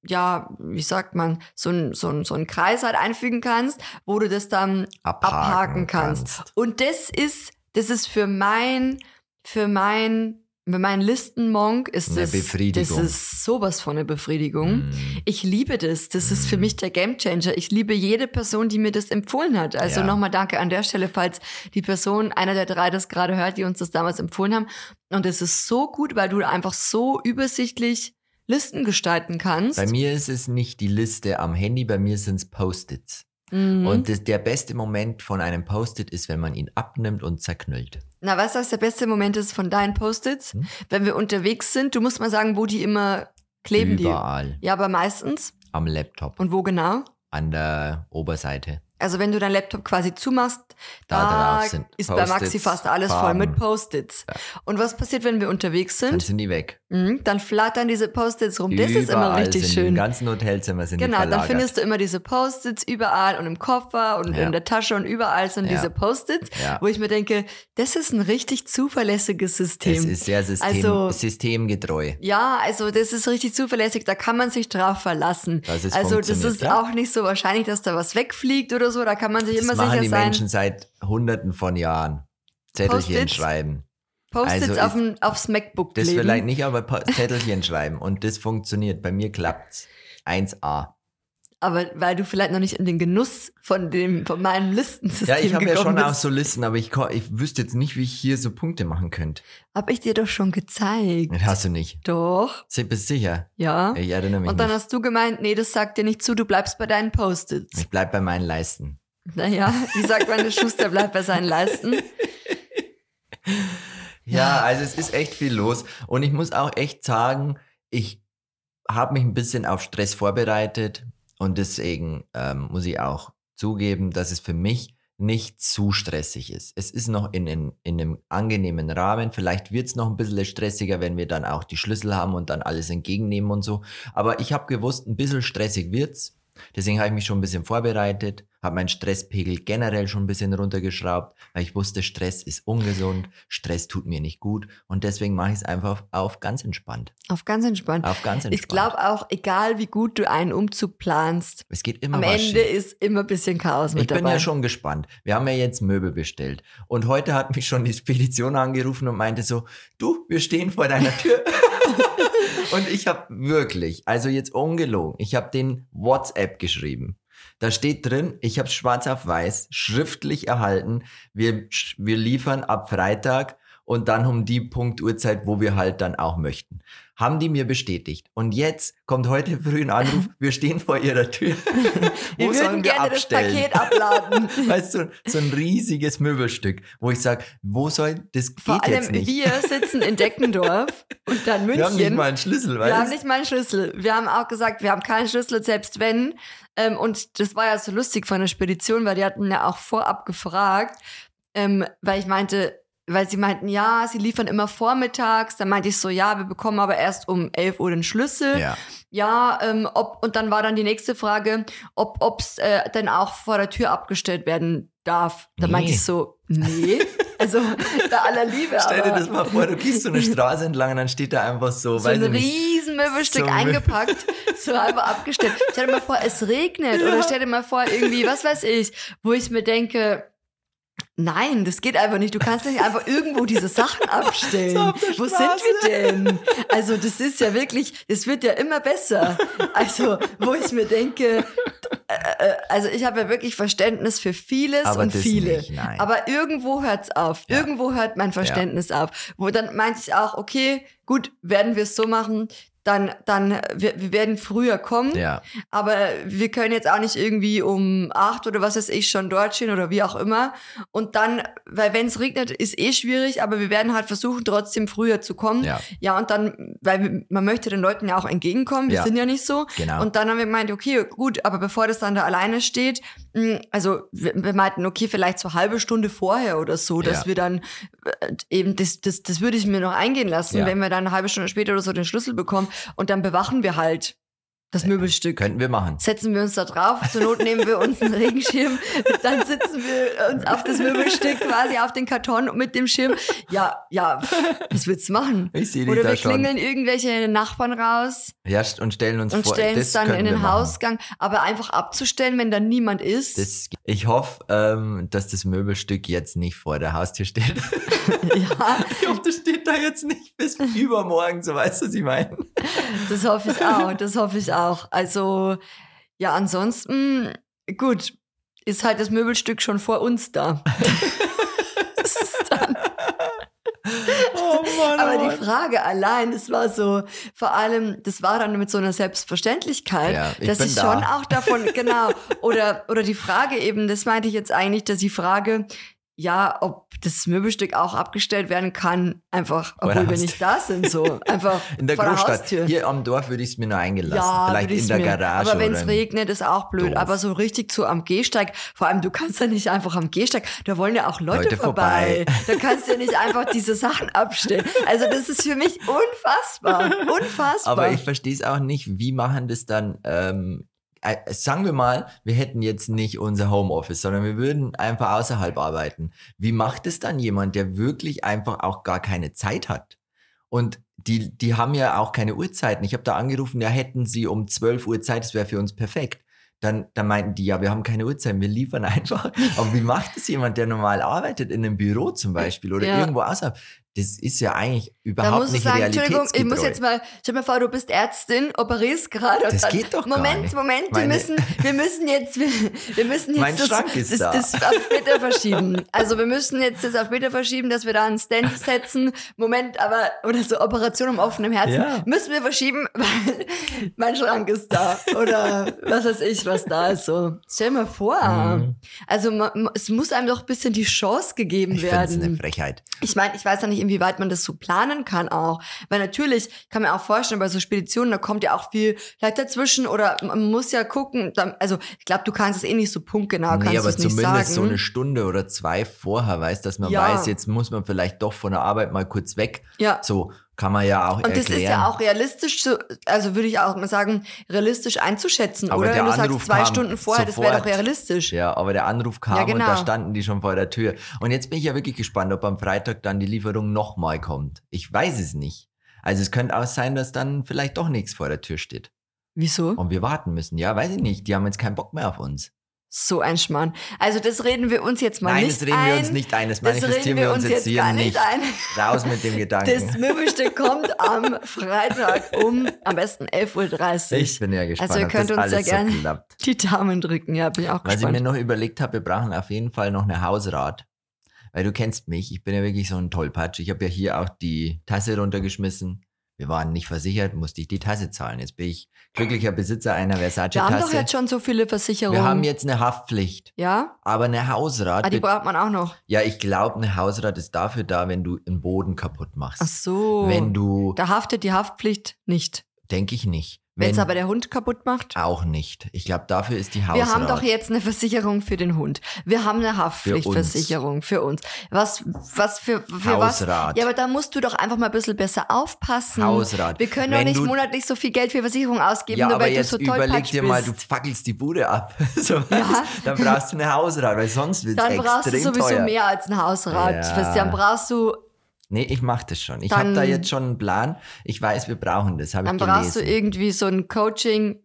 Speaker 1: ja, wie sagt man, so ein, so, ein, so ein Kreis halt einfügen kannst, wo du das dann
Speaker 2: abhaken,
Speaker 1: abhaken kannst. Und das ist, das ist für mein, für mein, für meinen Listenmonk ist
Speaker 2: Eine
Speaker 1: das,
Speaker 2: Befriedigung.
Speaker 1: das ist sowas von eine Befriedigung.
Speaker 2: Mhm.
Speaker 1: Ich liebe das. Das ist für
Speaker 2: Mhm.
Speaker 1: mich der Gamechanger. Ich liebe jede Person, die mir das empfohlen hat. Also
Speaker 2: Ja.
Speaker 1: nochmal danke an der Stelle, falls die Person, einer der drei, das gerade hört, die uns das damals empfohlen haben. Und es ist so gut, weil du einfach so übersichtlich Listen gestalten kannst.
Speaker 2: Bei mir ist es nicht die Liste am Handy, bei mir sind es Post-its.
Speaker 1: Mhm.
Speaker 2: Und das, der beste Moment von einem Post-it ist, wenn man ihn abnimmt und zerknüllt.
Speaker 1: Na, weißt du, was der beste Moment ist von deinen Post-its?
Speaker 2: Hm?
Speaker 1: Wenn wir unterwegs sind, du musst mal sagen, wo die immer kleben
Speaker 2: Überall.
Speaker 1: die. Ja, aber meistens.
Speaker 2: Am Laptop,
Speaker 1: Und wo genau?
Speaker 2: an der Oberseite.
Speaker 1: Also wenn du deinen Laptop quasi zumachst,
Speaker 2: Da
Speaker 1: da,
Speaker 2: drauf sind
Speaker 1: ist bei Maxi
Speaker 2: Post-its,
Speaker 1: fast alles voll
Speaker 2: Farben.
Speaker 1: mit Post-its. Und was passiert, wenn wir unterwegs
Speaker 2: Dann
Speaker 1: sind?
Speaker 2: sind die weg.
Speaker 1: Mhm, dann flattern diese Post-its rum. Das ist immer
Speaker 2: Überall
Speaker 1: richtig
Speaker 2: sind die. Im
Speaker 1: schön.
Speaker 2: ganzen Hotelzimmer sind die
Speaker 1: Genau,
Speaker 2: verlagert.
Speaker 1: dann findest du immer diese Post-its überall und im Koffer und
Speaker 2: Ja.
Speaker 1: in der Tasche und überall sind
Speaker 2: Ja.
Speaker 1: diese Post-its,
Speaker 2: Ja.
Speaker 1: wo ich mir denke, das ist ein richtig zuverlässiges System.
Speaker 2: Es ist sehr system,
Speaker 1: Also-
Speaker 2: systemgetreu.
Speaker 1: Ja, also das ist richtig zuverlässig, da kann man sich drauf verlassen.
Speaker 2: Dass es
Speaker 1: also das
Speaker 2: funktioniert,
Speaker 1: ist
Speaker 2: ja.
Speaker 1: auch nicht so wahrscheinlich, dass da was wegfliegt oder so, da kann man sich
Speaker 2: Das
Speaker 1: immer
Speaker 2: machen
Speaker 1: sicher
Speaker 2: die
Speaker 1: sein.
Speaker 2: Menschen seit Hunderten von Jahren. Zettelchen
Speaker 1: Post-its?
Speaker 2: schreiben.
Speaker 1: Post-its
Speaker 2: Also
Speaker 1: auf dem- aufs MacBook
Speaker 2: Das
Speaker 1: kleben.
Speaker 2: vielleicht nicht, aber Pa- Zettelchen schreiben. Und das funktioniert. Bei mir klappt's. 1A.
Speaker 1: Aber weil du vielleicht noch nicht in den Genuss von dem von meinem Listensystem
Speaker 2: Ja, ich habe ja
Speaker 1: gekommen
Speaker 2: schon auch
Speaker 1: bist,
Speaker 2: so Listen, aber ich, ko- ich wüsste jetzt nicht, wie ich hier so Punkte machen könnte.
Speaker 1: habe ich dir doch schon gezeigt.
Speaker 2: Das hast du nicht.
Speaker 1: Doch,
Speaker 2: Si- Bist sicher?
Speaker 1: ja.
Speaker 2: Ich erinnere mich
Speaker 1: Und dann
Speaker 2: nicht.
Speaker 1: hast du gemeint, nee, das sagt dir nicht zu, du bleibst bei deinen Post-its.
Speaker 2: Ich bleib bei meinen Leisten.
Speaker 1: Naja, wie sagt man, der Schuster bleibt bei seinen Leisten.
Speaker 2: Ja, also es ist echt viel los. Und ich muss auch echt sagen, ich habe mich ein bisschen auf Stress vorbereitet. Und deswegen ähm, muss ich auch zugeben, dass es für mich nicht zu stressig ist. Es ist noch in, in, in einem angenehmen Rahmen. Vielleicht wird es noch ein bisschen stressiger, wenn wir dann auch die Schlüssel haben und dann alles entgegennehmen und so. Aber ich habe gewusst, ein bisschen stressig wird's. Deswegen habe ich mich schon ein bisschen vorbereitet, habe meinen Stresspegel generell schon ein bisschen runtergeschraubt, weil ich wusste, Stress ist ungesund, Stress tut mir nicht gut und deswegen mache ich es einfach auf, auf ganz entspannt.
Speaker 1: Auf ganz entspannt.
Speaker 2: Auf ganz entspannt.
Speaker 1: Ich glaube auch, egal wie gut du einen Umzug planst,
Speaker 2: es geht immer
Speaker 1: am
Speaker 2: was
Speaker 1: Ende
Speaker 2: schief.
Speaker 1: ist immer ein bisschen Chaos mit
Speaker 2: Ich bin
Speaker 1: dabei.
Speaker 2: ja schon gespannt. Wir haben ja jetzt Möbel bestellt. Und heute hat mich schon die Spedition angerufen und meinte so, du, wir stehen vor deiner Tür. und ich habe wirklich, also jetzt ungelogen, ich habe den WhatsApp geschrieben. Da steht drin, ich habe schwarz auf weiß, schriftlich erhalten, wir, sch- wir liefern ab Freitag und dann um die Punkt Uhrzeit, wo wir halt dann auch möchten. Haben die mir bestätigt. Und jetzt kommt heute früh ein Anruf, wir stehen vor ihrer Tür.
Speaker 1: wir würden gerne das Paket abladen.
Speaker 2: Weißt du, so ein riesiges Möbelstück, wo ich sage, wo soll, das geht
Speaker 1: Vor
Speaker 2: jetzt
Speaker 1: allem,
Speaker 2: nicht.
Speaker 1: wir sitzen in Deckendorf und dann München.
Speaker 2: wir haben nicht mal einen Schlüssel,
Speaker 1: Wir haben
Speaker 2: weißt
Speaker 1: nicht mal einen Schlüssel. Wir haben auch gesagt, wir haben keinen Schlüssel, selbst wenn. Ähm, und das war ja so lustig von der Spedition, weil die hatten ja auch vorab gefragt, ähm, weil ich meinte, weil sie meinten, ja, sie liefern immer vormittags. Dann meinte ich so, ja, wir bekommen aber erst um 11 Uhr den Schlüssel.
Speaker 2: Ja.
Speaker 1: Ja, ähm, ob, und dann war dann die nächste Frage, ob ob's äh, denn auch vor der Tür abgestellt werden darf. Da meinte
Speaker 2: Nee.
Speaker 1: ich so, nee, Also bei aller Liebe.
Speaker 2: Stell dir
Speaker 1: aber
Speaker 2: das mal vor, du gehst so eine Straße entlang und dann steht da einfach so,
Speaker 1: so
Speaker 2: weiß
Speaker 1: ein
Speaker 2: ich nicht,
Speaker 1: riesen Möbelstück
Speaker 2: so ein Mö-
Speaker 1: eingepackt, so einfach abgestellt. Stell dir mal vor, es regnet oder stell dir mal vor, irgendwie, was weiß ich, wo ich mir denke, nein, das geht einfach nicht. Du kannst nicht einfach irgendwo diese Sachen abstellen.
Speaker 2: So auf der
Speaker 1: wo sind
Speaker 2: Straße.
Speaker 1: wir denn? Also das ist ja wirklich, es wird ja immer besser. Also wo ich mir denke, äh, äh, also ich habe ja wirklich Verständnis für vieles
Speaker 2: aber
Speaker 1: und
Speaker 2: das
Speaker 1: viele.
Speaker 2: nicht, nein.
Speaker 1: Aber irgendwo hört's auf.
Speaker 2: Ja.
Speaker 1: Irgendwo hört mein Verständnis auf. Wo dann meinte ich auch, okay, gut, werden wir es so machen, dann, dann, wir, wir werden früher kommen,
Speaker 2: ja,
Speaker 1: aber wir können jetzt auch nicht irgendwie um acht oder was weiß ich schon dort stehen oder wie auch immer. Und dann, weil wenn es regnet, ist eh schwierig, aber wir werden halt versuchen, trotzdem früher zu kommen. Ja,
Speaker 2: ja,
Speaker 1: und dann, weil wir- man möchte den Leuten ja auch entgegenkommen, wir
Speaker 2: Ja.
Speaker 1: sind ja nicht so.
Speaker 2: genau.
Speaker 1: Und dann haben wir gemeint, okay, gut, aber bevor das dann da alleine steht, mh, also wir, wir meinten, okay, vielleicht so halbe Stunde vorher oder so, dass
Speaker 2: Ja.
Speaker 1: wir dann äh, eben, das, das, das würde ich mir noch eingehen lassen,
Speaker 2: Ja.
Speaker 1: wenn wir dann eine halbe Stunde später oder so den Schlüssel bekommen und dann bewachen wir halt das
Speaker 2: Äh,
Speaker 1: Möbelstück.
Speaker 2: Könnten wir machen.
Speaker 1: Setzen wir uns da drauf, zur Not nehmen wir uns einen Regenschirm, dann sitzen wir uns auf das Möbelstück quasi auf den Karton mit dem Schirm. Ja, ja, was willst du machen?
Speaker 2: Ich sehe dich
Speaker 1: Oder
Speaker 2: da
Speaker 1: wir
Speaker 2: schon.
Speaker 1: klingeln irgendwelche Nachbarn raus
Speaker 2: Ja, st- und stellen uns
Speaker 1: und
Speaker 2: vor,
Speaker 1: stellen
Speaker 2: das
Speaker 1: es dann
Speaker 2: können
Speaker 1: in
Speaker 2: wir
Speaker 1: den
Speaker 2: machen.
Speaker 1: Hausgang. Aber einfach abzustellen, wenn da niemand ist.
Speaker 2: Das, ich hoffe, ähm, dass das Möbelstück jetzt nicht vor der Haustür steht.
Speaker 1: ja,
Speaker 2: ich hoffe, das steht da jetzt nicht bis übermorgen, so weißt du, was ich meine.
Speaker 1: das hoffe ich auch. Das hoffe ich auch. Also, ja, ansonsten, gut, ist halt das Möbelstück schon vor uns da. Das ist dann,
Speaker 2: Oh Mann,
Speaker 1: aber die Frage allein, das war so, vor allem, das war dann mit so einer Selbstverständlichkeit,
Speaker 2: Ja, ich
Speaker 1: dass
Speaker 2: bin
Speaker 1: ich
Speaker 2: da.
Speaker 1: schon auch davon, genau, oder, oder die Frage eben, das meinte ich jetzt eigentlich, dass die Frage, ja, ob das Möbelstück auch abgestellt werden kann, einfach,
Speaker 2: Vor der
Speaker 1: obwohl wir nicht da sind, so, einfach
Speaker 2: in der
Speaker 1: vor der
Speaker 2: Großstadt.
Speaker 1: Haustür.
Speaker 2: Hier am Dorf würde ich es mir noch eingelassen.
Speaker 1: Ja,
Speaker 2: Vielleicht
Speaker 1: würd ich's
Speaker 2: in der
Speaker 1: mir.
Speaker 2: Garage.
Speaker 1: Aber wenn
Speaker 2: oder
Speaker 1: es
Speaker 2: im-
Speaker 1: regnet, ist auch blöd.
Speaker 2: Doof.
Speaker 1: Aber so richtig so am Gehsteig, vor allem du kannst ja nicht einfach am Gehsteig, da wollen ja auch Leute,
Speaker 2: Leute vorbei.
Speaker 1: vorbei. Da kannst du ja nicht einfach diese Sachen abstellen. Also das ist für mich unfassbar. Unfassbar.
Speaker 2: Aber ich verstehe es auch nicht, wie machen das dann. Ähm, äh, Sagen wir mal, wir hätten jetzt nicht unser Homeoffice, sondern wir würden einfach außerhalb arbeiten. Wie macht es dann jemand, der wirklich einfach auch gar keine Zeit hat? Und die, die haben ja auch keine Uhrzeiten. Ich habe da angerufen, ja, hätten sie um 12 Uhr Zeit, das wäre für uns perfekt. Dann, dann meinten die, ja, wir haben keine Uhrzeiten, wir liefern einfach. Aber wie macht es jemand, der normal arbeitet, in einem Büro zum Beispiel oder
Speaker 1: Äh, Ja.
Speaker 2: irgendwo außerhalb? Das ist ja eigentlich
Speaker 1: da
Speaker 2: überhaupt
Speaker 1: muss ich
Speaker 2: nicht
Speaker 1: sagen,
Speaker 2: realitätsgetreu.
Speaker 1: Entschuldigung, ich muss jetzt mal, stell mir vor, du bist Ärztin, operierst gerade. und
Speaker 2: Das
Speaker 1: dann-
Speaker 2: geht doch gar
Speaker 1: Moment,
Speaker 2: nicht.
Speaker 1: Moment,
Speaker 2: Meine-
Speaker 1: wir müssen, wir müssen jetzt, wir, wir müssen jetzt
Speaker 2: Mein
Speaker 1: das,
Speaker 2: Schrank ist
Speaker 1: das,
Speaker 2: da.
Speaker 1: das auf später verschieben. Also wir müssen jetzt das auf später verschieben, dass wir da einen Stand setzen. Moment, aber, oder so Operation um offenem Herzen.
Speaker 2: Ja.
Speaker 1: Müssen wir verschieben, weil mein Schrank ist da. Oder was weiß ich, was da ist. So. Stell mir vor.
Speaker 2: Mhm.
Speaker 1: Also ma- ma- es muss einem doch ein bisschen die Chance gegeben
Speaker 2: Ich finde es
Speaker 1: werden.
Speaker 2: eine Frechheit.
Speaker 1: Ich meine, ich weiß ja nicht, inwieweit man das so planen kann auch. Weil natürlich, ich kann mir auch vorstellen, bei so Speditionen, da kommt ja auch viel vielleicht dazwischen oder man muss ja gucken. Dann, also ich glaube, du kannst es eh nicht so punktgenau, kannst
Speaker 2: nee,
Speaker 1: du
Speaker 2: aber
Speaker 1: es nicht
Speaker 2: zumindest
Speaker 1: sagen.
Speaker 2: so eine Stunde oder zwei vorher weiß, dass man
Speaker 1: Ja.
Speaker 2: weiß, jetzt muss man vielleicht doch von der Arbeit mal kurz weg.
Speaker 1: ja.
Speaker 2: So kann man ja auch
Speaker 1: Und
Speaker 2: erklären.
Speaker 1: das ist ja auch realistisch, zu, also würde ich auch mal sagen, realistisch einzuschätzen.
Speaker 2: Aber
Speaker 1: oder
Speaker 2: der
Speaker 1: wenn du
Speaker 2: Anruf
Speaker 1: sagst, zwei
Speaker 2: kam
Speaker 1: Stunden vorher, das wäre doch
Speaker 2: sofort.
Speaker 1: realistisch.
Speaker 2: Ja, aber der Anruf kam
Speaker 1: Ja, genau.
Speaker 2: und da standen die schon vor der Tür. Und jetzt bin ich ja wirklich gespannt, ob am Freitag dann die Lieferung nochmal kommt. Ich weiß es nicht. Also es könnte auch sein, dass dann vielleicht doch nichts vor der Tür steht.
Speaker 1: Wieso?
Speaker 2: Und wir warten müssen. Ja, weiß ich nicht. Die haben jetzt keinen Bock mehr auf uns.
Speaker 1: So ein Schmarrn. Also das reden wir uns jetzt mal
Speaker 2: Nein,
Speaker 1: nicht
Speaker 2: das reden
Speaker 1: ein.
Speaker 2: wir uns nicht ein. Das
Speaker 1: Das
Speaker 2: manifestieren
Speaker 1: reden
Speaker 2: wir uns jetzt hier
Speaker 1: gar
Speaker 2: nicht.
Speaker 1: nicht ein.
Speaker 2: Raus mit dem Gedanken.
Speaker 1: Das Möbelstück kommt am Freitag um am besten 11.30 Uhr.
Speaker 2: ich bin ja gespannt,
Speaker 1: Also ihr könnt
Speaker 2: ob
Speaker 1: uns
Speaker 2: das
Speaker 1: ja
Speaker 2: alles
Speaker 1: gerne-
Speaker 2: so klappt.
Speaker 1: Die Damen drücken, ja, bin ich auch
Speaker 2: Was ich mir
Speaker 1: gespannt.
Speaker 2: noch überlegt habe, wir brauchen auf jeden Fall noch eine Hausrat. Weil du kennst mich, ich bin ja wirklich so ein Tollpatsch. Ich habe ja hier auch die Tasse runtergeschmissen. Wir waren nicht versichert, musste ich die Tasse zahlen. Jetzt bin ich glücklicher Besitzer einer
Speaker 1: Wir haben doch
Speaker 2: Versace-Tasse.
Speaker 1: jetzt schon so viele Versicherungen.
Speaker 2: Wir haben jetzt eine Haftpflicht,
Speaker 1: ja,
Speaker 2: aber eine Hausrat.
Speaker 1: ah, die
Speaker 2: wird-
Speaker 1: braucht man auch noch.
Speaker 2: ja, ich glaube, eine Hausrat ist dafür da, wenn du einen Boden kaputt machst.
Speaker 1: Ach so.
Speaker 2: Wenn du,
Speaker 1: da haftet die Haftpflicht nicht.
Speaker 2: denke ich nicht,
Speaker 1: Wenn es aber der Hund kaputt macht.
Speaker 2: auch nicht. Ich glaube, dafür ist die Hausrat.
Speaker 1: Wir haben doch jetzt eine Versicherung für den Hund. Wir haben eine Haftpflichtversicherung für uns. Was, was für, für was?
Speaker 2: Hausrat.
Speaker 1: Ja, aber da musst du doch einfach mal ein bisschen besser aufpassen.
Speaker 2: Hausrat.
Speaker 1: Wir können
Speaker 2: Wenn
Speaker 1: doch nicht
Speaker 2: du-
Speaker 1: monatlich so viel Geld für Versicherung ausgeben,
Speaker 2: ja,
Speaker 1: nur
Speaker 2: aber
Speaker 1: weil du
Speaker 2: jetzt
Speaker 1: so
Speaker 2: überleg
Speaker 1: tollpatsch
Speaker 2: dir mal, du
Speaker 1: bist.
Speaker 2: fackelst die Bude ab. so was.
Speaker 1: Ja.
Speaker 2: Dann brauchst du eine Hausrat, weil sonst wird es
Speaker 1: Dann
Speaker 2: extrem
Speaker 1: brauchst du sowieso
Speaker 2: teuer.
Speaker 1: mehr als einen Hausrat,
Speaker 2: Ja.
Speaker 1: Christian. Brauchst du,
Speaker 2: Nee, ich mach das schon. Ich
Speaker 1: Dann-
Speaker 2: habe da jetzt schon einen Plan. Ich weiß, wir brauchen das. Habe
Speaker 1: dann
Speaker 2: ich
Speaker 1: brauchst du
Speaker 2: gelesen.
Speaker 1: irgendwie so ein Coaching,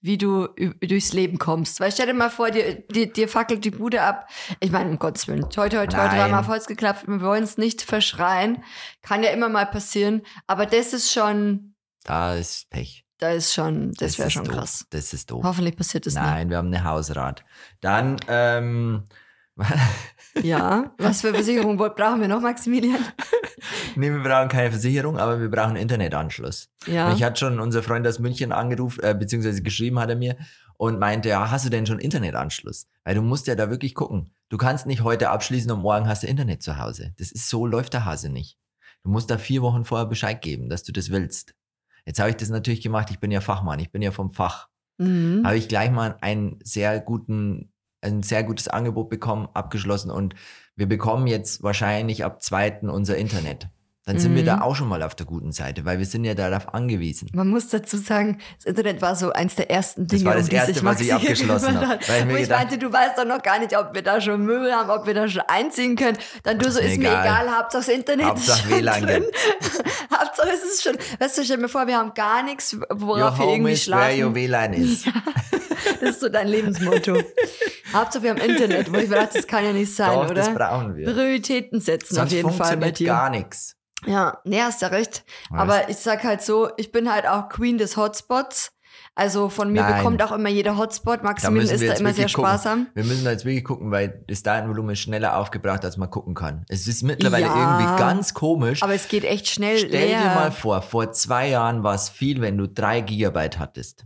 Speaker 1: wie du ü- durchs Leben kommst. Weil stell dir mal vor, dir, dir, dir fackelt die Bude ab. Ich meine, um Gottes Willen, toi, toi, toi,
Speaker 2: Nein.
Speaker 1: dreimal auf Holz geklappt. Wir wollen es nicht verschreien. Kann ja immer mal passieren. Aber das ist schon,
Speaker 2: da ist Pech.
Speaker 1: da ist schon, das, wäre
Speaker 2: ist
Speaker 1: schon
Speaker 2: doof.
Speaker 1: krass.
Speaker 2: Das ist doof.
Speaker 1: Hoffentlich passiert das
Speaker 2: Nein, wir haben eine Hausrat. Dann, ähm,
Speaker 1: nicht. Ja. Was für Versicherung wohl- brauchen wir noch, Maximilian?
Speaker 2: nee, wir brauchen keine Versicherung, aber wir brauchen einen Internetanschluss.
Speaker 1: Ja.
Speaker 2: Mich hat schon unser Freund aus München angerufen, äh, beziehungsweise geschrieben hat er mir und meinte, ja, hast du denn schon Internetanschluss? Weil du musst ja da wirklich gucken. Du kannst nicht heute abschließen und morgen hast du Internet zu Hause. Das ist so, läuft der Hase nicht. Du musst da vier Wochen vorher Bescheid geben, dass du das willst. Jetzt habe ich das natürlich gemacht, ich bin ja Fachmann, ich bin ja vom Fach.
Speaker 1: Mhm.
Speaker 2: Habe ich gleich mal einen sehr guten, ein sehr gutes Angebot bekommen, abgeschlossen und wir bekommen jetzt wahrscheinlich ab zweiten unser Internet. Dann sind wir
Speaker 1: Mhm.
Speaker 2: da auch schon mal auf der guten Seite, weil wir sind ja darauf angewiesen.
Speaker 1: Man muss dazu sagen, das Internet war so eins der ersten
Speaker 2: Das
Speaker 1: Dinge,
Speaker 2: war das
Speaker 1: um die
Speaker 2: Erste,
Speaker 1: sich
Speaker 2: was ich
Speaker 1: Maxi
Speaker 2: abgeschlossen
Speaker 1: gekümmert
Speaker 2: hab,
Speaker 1: hat.
Speaker 2: weil ich
Speaker 1: Wo
Speaker 2: mir
Speaker 1: ich
Speaker 2: gedacht-
Speaker 1: meinte, du weißt doch noch gar nicht, ob wir da schon Möbel haben, ob wir da schon einziehen können. Dann du so,
Speaker 2: Mir
Speaker 1: ist mir
Speaker 2: egal.
Speaker 1: egal, Hauptsache das Internet
Speaker 2: Hauptsache
Speaker 1: ist schon
Speaker 2: WLAN
Speaker 1: drin. Hauptsache es ist schon, weißt du, stell mir vor, wir haben gar nichts, worauf wir irgendwie
Speaker 2: where your
Speaker 1: schlafen.
Speaker 2: WLAN is.
Speaker 1: Das ist so dein Lebensmotto. Hauptsache wir haben Internet, wo ich mir dachte, das kann ja nicht sein,
Speaker 2: Doch,
Speaker 1: oder?
Speaker 2: das brauchen wir.
Speaker 1: Prioritäten setzen
Speaker 2: Sonst
Speaker 1: auf jeden Fall bei
Speaker 2: funktioniert
Speaker 1: dir.
Speaker 2: gar nichts.
Speaker 1: Ja, nee, hast ja recht. Aber ich sag halt so, ich bin halt auch Queen des Hotspots. Also von mir
Speaker 2: Nein.
Speaker 1: bekommt auch immer jeder Hotspot.
Speaker 2: Da
Speaker 1: Maximilian
Speaker 2: müssen
Speaker 1: ist
Speaker 2: wir
Speaker 1: da
Speaker 2: jetzt
Speaker 1: immer sehr
Speaker 2: wirklich gucken.
Speaker 1: sparsam.
Speaker 2: Wir müssen da jetzt wirklich gucken, weil das Datenvolumen ist schneller aufgebracht, als man gucken kann. Es ist mittlerweile
Speaker 1: Ja.
Speaker 2: irgendwie ganz komisch.
Speaker 1: Aber es geht echt schnell
Speaker 2: Stell
Speaker 1: leer.
Speaker 2: dir mal vor, vor zwei Jahren war es viel, wenn du drei Gigabyte hattest.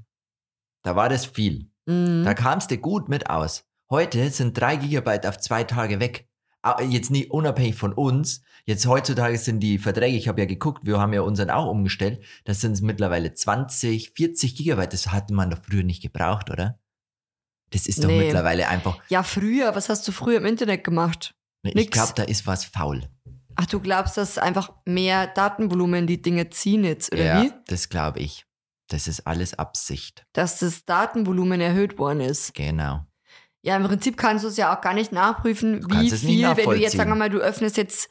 Speaker 2: Da war das viel.
Speaker 1: Mhm.
Speaker 2: Da kamst du gut mit aus. Heute sind drei Gigabyte auf zwei Tage weg. Au- Jetzt nicht unabhängig von uns. Jetzt heutzutage sind die Verträge, ich habe ja geguckt, wir haben ja unseren auch umgestellt. Das sind mittlerweile 20, 40 Gigabyte. Das hatte man doch früher nicht gebraucht, oder? Das ist doch
Speaker 1: Nee.
Speaker 2: mittlerweile einfach. ne,
Speaker 1: Ja, früher, was hast du früher im Internet gemacht?
Speaker 2: Ich
Speaker 1: Nix.
Speaker 2: glaube, da ist was faul.
Speaker 1: Ach, du glaubst, dass einfach mehr Datenvolumen die Dinge ziehen jetzt, oder wie?
Speaker 2: das glaube ich. Das ist alles Absicht.
Speaker 1: Dass das Datenvolumen erhöht worden ist.
Speaker 2: Genau.
Speaker 1: Ja, im Prinzip kannst du es ja auch gar nicht nachprüfen, wie
Speaker 2: kannst es
Speaker 1: viel,
Speaker 2: nicht
Speaker 1: wenn du jetzt,
Speaker 2: nachvollziehen.
Speaker 1: sagen wir mal, du öffnest jetzt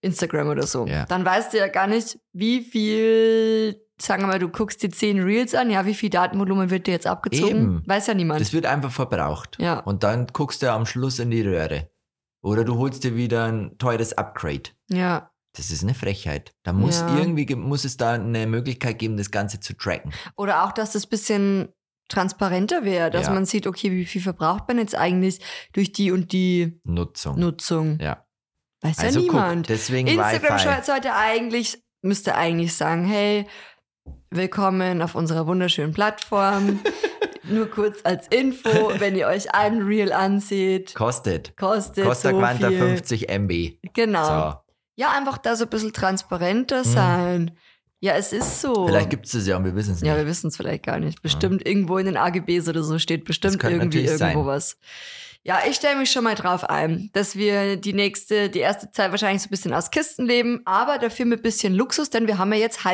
Speaker 1: Instagram oder so,
Speaker 2: Ja.
Speaker 1: dann weißt du ja gar nicht, wie viel, sagen wir mal, du guckst dir 10 Reels an, ja, wie viel Datenvolumen wird dir jetzt abgezogen?
Speaker 2: Eben.
Speaker 1: Weiß ja niemand.
Speaker 2: Das wird einfach verbraucht.
Speaker 1: Ja.
Speaker 2: Und dann guckst du am Schluss in die Röhre. Oder du holst dir wieder ein teures Upgrade.
Speaker 1: ja.
Speaker 2: Das ist eine Frechheit. Da muss
Speaker 1: Ja.
Speaker 2: irgendwie ge- muss es da eine Möglichkeit geben, das Ganze zu tracken.
Speaker 1: Oder auch, dass das bisschen transparenter wäre, dass
Speaker 2: Ja.
Speaker 1: man sieht, okay, wie viel verbraucht man jetzt eigentlich durch die und die
Speaker 2: Nutzung.
Speaker 1: Nutzung?
Speaker 2: Ja.
Speaker 1: Weiß
Speaker 2: Also
Speaker 1: ja
Speaker 2: guck,
Speaker 1: niemand.
Speaker 2: deswegen
Speaker 1: Instagram
Speaker 2: Wi-Fi.
Speaker 1: Shorts sollte eigentlich, müsste eigentlich sagen, hey, willkommen auf unserer wunderschönen Plattform. Nur kurz als Info, wenn ihr euch ein Reel anseht,
Speaker 2: Kostet.
Speaker 1: kostet
Speaker 2: Kostet
Speaker 1: so
Speaker 2: Quanta
Speaker 1: viel.
Speaker 2: 50 MB.
Speaker 1: Genau.
Speaker 2: So.
Speaker 1: Ja, einfach da so ein bisschen transparenter
Speaker 2: Hm.
Speaker 1: sein. Ja, es ist so.
Speaker 2: Vielleicht gibt es das ja und wir wissen es
Speaker 1: ja,
Speaker 2: nicht.
Speaker 1: wir wissen es vielleicht gar nicht. Bestimmt irgendwo in den AGBs oder so steht bestimmt
Speaker 2: Ah. könnte
Speaker 1: irgendwie irgendwo
Speaker 2: natürlich sein.
Speaker 1: was. Ja, ich stelle mich schon mal drauf ein, dass wir die nächste, die erste Zeit wahrscheinlich so ein bisschen aus Kisten leben, aber dafür mit bisschen Luxus, denn wir haben ja jetzt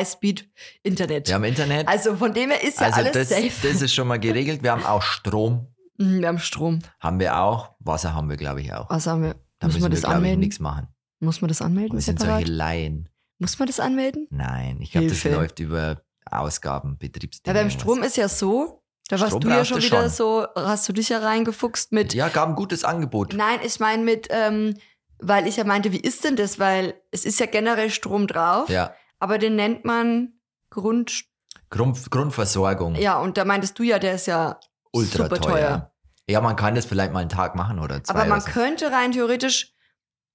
Speaker 1: Highspeed-Internet.
Speaker 2: Wir haben Internet.
Speaker 1: also von dem her ist ja
Speaker 2: Also
Speaker 1: alles
Speaker 2: das,
Speaker 1: safe.
Speaker 2: das ist schon mal geregelt. Wir haben auch Strom.
Speaker 1: Mhm, wir haben Strom.
Speaker 2: Haben wir auch. Wasser haben wir, glaube ich, auch.
Speaker 1: Was haben wir?
Speaker 2: Da
Speaker 1: Oh, Muss
Speaker 2: müssen
Speaker 1: man
Speaker 2: wir,
Speaker 1: das
Speaker 2: glaube ich,
Speaker 1: anmelden?
Speaker 2: nichts machen.
Speaker 1: Muss man das
Speaker 2: Wir
Speaker 1: anmelden
Speaker 2: sind
Speaker 1: separat?
Speaker 2: solche Laien.
Speaker 1: Muss man das anmelden?
Speaker 2: Nein, ich glaube, das
Speaker 1: Hilfe.
Speaker 2: läuft über Ausgaben, Betriebsdinge.
Speaker 1: Ja, beim
Speaker 2: irgendwas.
Speaker 1: Strom ist ja so, da warst
Speaker 2: Strom
Speaker 1: du ja
Speaker 2: brauchst
Speaker 1: schon
Speaker 2: du
Speaker 1: wieder
Speaker 2: schon.
Speaker 1: so, hast du dich ja reingefuchst mit
Speaker 2: Ja, gab ein gutes Angebot.
Speaker 1: Nein, ich meine mit, ähm, weil ich ja meinte, wie ist denn das? Weil es ist ja generell Strom drauf,
Speaker 2: Ja,
Speaker 1: aber den nennt man Grund.
Speaker 2: Grund, Grundversorgung.
Speaker 1: Ja, und da meintest du ja, der ist ja
Speaker 2: ultra
Speaker 1: super
Speaker 2: teuer.
Speaker 1: teuer.
Speaker 2: Ja, man kann das vielleicht mal einen Tag machen oder zwei. also.
Speaker 1: aber man
Speaker 2: oder so.
Speaker 1: könnte rein theoretisch,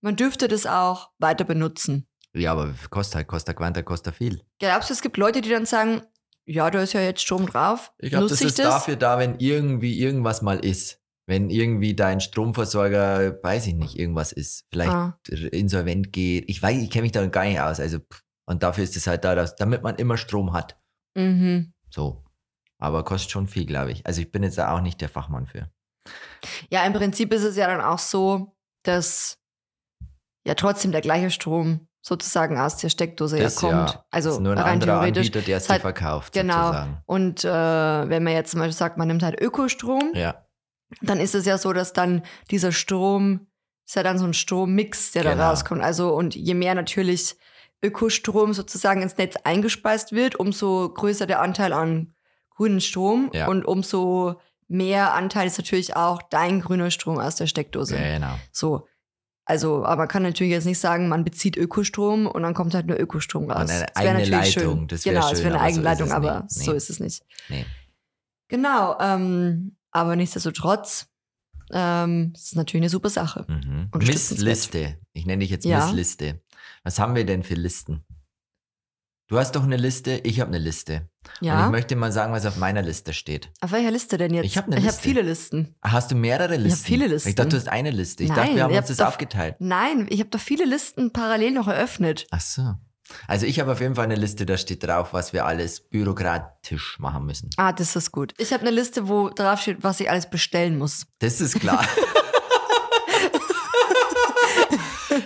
Speaker 1: man dürfte das auch weiter benutzen.
Speaker 2: Ja, aber kostet halt, kostet Quanta, kostet viel.
Speaker 1: Glaubst du, es gibt Leute, die dann sagen, ja, da ist ja jetzt Strom drauf,
Speaker 2: Ich glaube,
Speaker 1: nutze
Speaker 2: das
Speaker 1: ich
Speaker 2: ist
Speaker 1: das?
Speaker 2: dafür da, wenn irgendwie irgendwas mal ist. Wenn irgendwie dein Stromversorger, weiß ich nicht, irgendwas ist. Vielleicht
Speaker 1: Ah,
Speaker 2: insolvent geht. Ich weiß, ich kenne mich da gar nicht aus. Also, pff. und dafür ist es halt da, dass, damit man immer Strom hat.
Speaker 1: mhm.
Speaker 2: So. Aber kostet schon viel, glaube ich. Also ich bin jetzt da auch nicht der Fachmann für.
Speaker 1: Ja, im Prinzip ist es ja dann auch so, dass ja trotzdem der gleiche Strom sozusagen aus der Steckdose ja
Speaker 2: Das
Speaker 1: kommt.
Speaker 2: ja.
Speaker 1: Also
Speaker 2: ist nur ein
Speaker 1: rein
Speaker 2: anderer
Speaker 1: theoretisch.
Speaker 2: Anbieter, der es
Speaker 1: ist
Speaker 2: dir
Speaker 1: halt-
Speaker 2: verkauft,
Speaker 1: genau.
Speaker 2: sozusagen.
Speaker 1: Und äh, wenn man jetzt zum Beispiel sagt, man nimmt halt Ökostrom,
Speaker 2: Ja,
Speaker 1: dann ist es ja so, dass dann dieser Strom, ist ja dann so ein Strommix, der
Speaker 2: Genau.
Speaker 1: da rauskommt. Also und je mehr natürlich Ökostrom sozusagen ins Netz eingespeist wird, umso größer der Anteil an grünen Strom
Speaker 2: Ja.
Speaker 1: und umso mehr Anteil ist natürlich auch dein grüner Strom aus der Steckdose.
Speaker 2: genau.
Speaker 1: So. Also, aber man kann natürlich jetzt nicht sagen, man bezieht Ökostrom und dann kommt halt nur Ökostrom raus.
Speaker 2: Und
Speaker 1: Das
Speaker 2: eine
Speaker 1: wär
Speaker 2: eigene
Speaker 1: natürlich
Speaker 2: Leitung, das wär
Speaker 1: genau,
Speaker 2: schön,
Speaker 1: es wäre eine
Speaker 2: aber so
Speaker 1: eigene
Speaker 2: ist
Speaker 1: Leitung,
Speaker 2: es
Speaker 1: aber
Speaker 2: nicht. Nee.
Speaker 1: so ist es nicht.
Speaker 2: Nee.
Speaker 1: Genau, ähm, aber nichtsdestotrotz, ähm, es ist natürlich eine super Sache.
Speaker 2: Mhm.
Speaker 1: Und stützenswert.
Speaker 2: Missliste. Ich nenne dich jetzt
Speaker 1: Ja.
Speaker 2: Missliste. Was haben wir denn für Listen? Du hast doch eine Liste, ich habe eine Liste. Und ich
Speaker 1: Ja,
Speaker 2: möchte mal sagen, was auf meiner Liste steht.
Speaker 1: auf welcher Liste denn jetzt?
Speaker 2: Ich hab eine
Speaker 1: ich
Speaker 2: Liste.
Speaker 1: hab viele Listen.
Speaker 2: Hast du mehrere Listen?
Speaker 1: viele Listen.
Speaker 2: Ich dachte, du hast eine Liste. Ich
Speaker 1: Nein,
Speaker 2: dachte, wir haben
Speaker 1: ihr
Speaker 2: uns
Speaker 1: habt
Speaker 2: das
Speaker 1: doch-
Speaker 2: aufgeteilt.
Speaker 1: Nein, ich habe doch viele Listen parallel noch eröffnet.
Speaker 2: Ach so. Also ich habe auf jeden Fall eine Liste, da steht drauf, was wir alles bürokratisch machen müssen.
Speaker 1: Ah, das ist gut. Ich habe eine Liste, wo drauf steht, was ich alles bestellen muss.
Speaker 2: Das ist klar.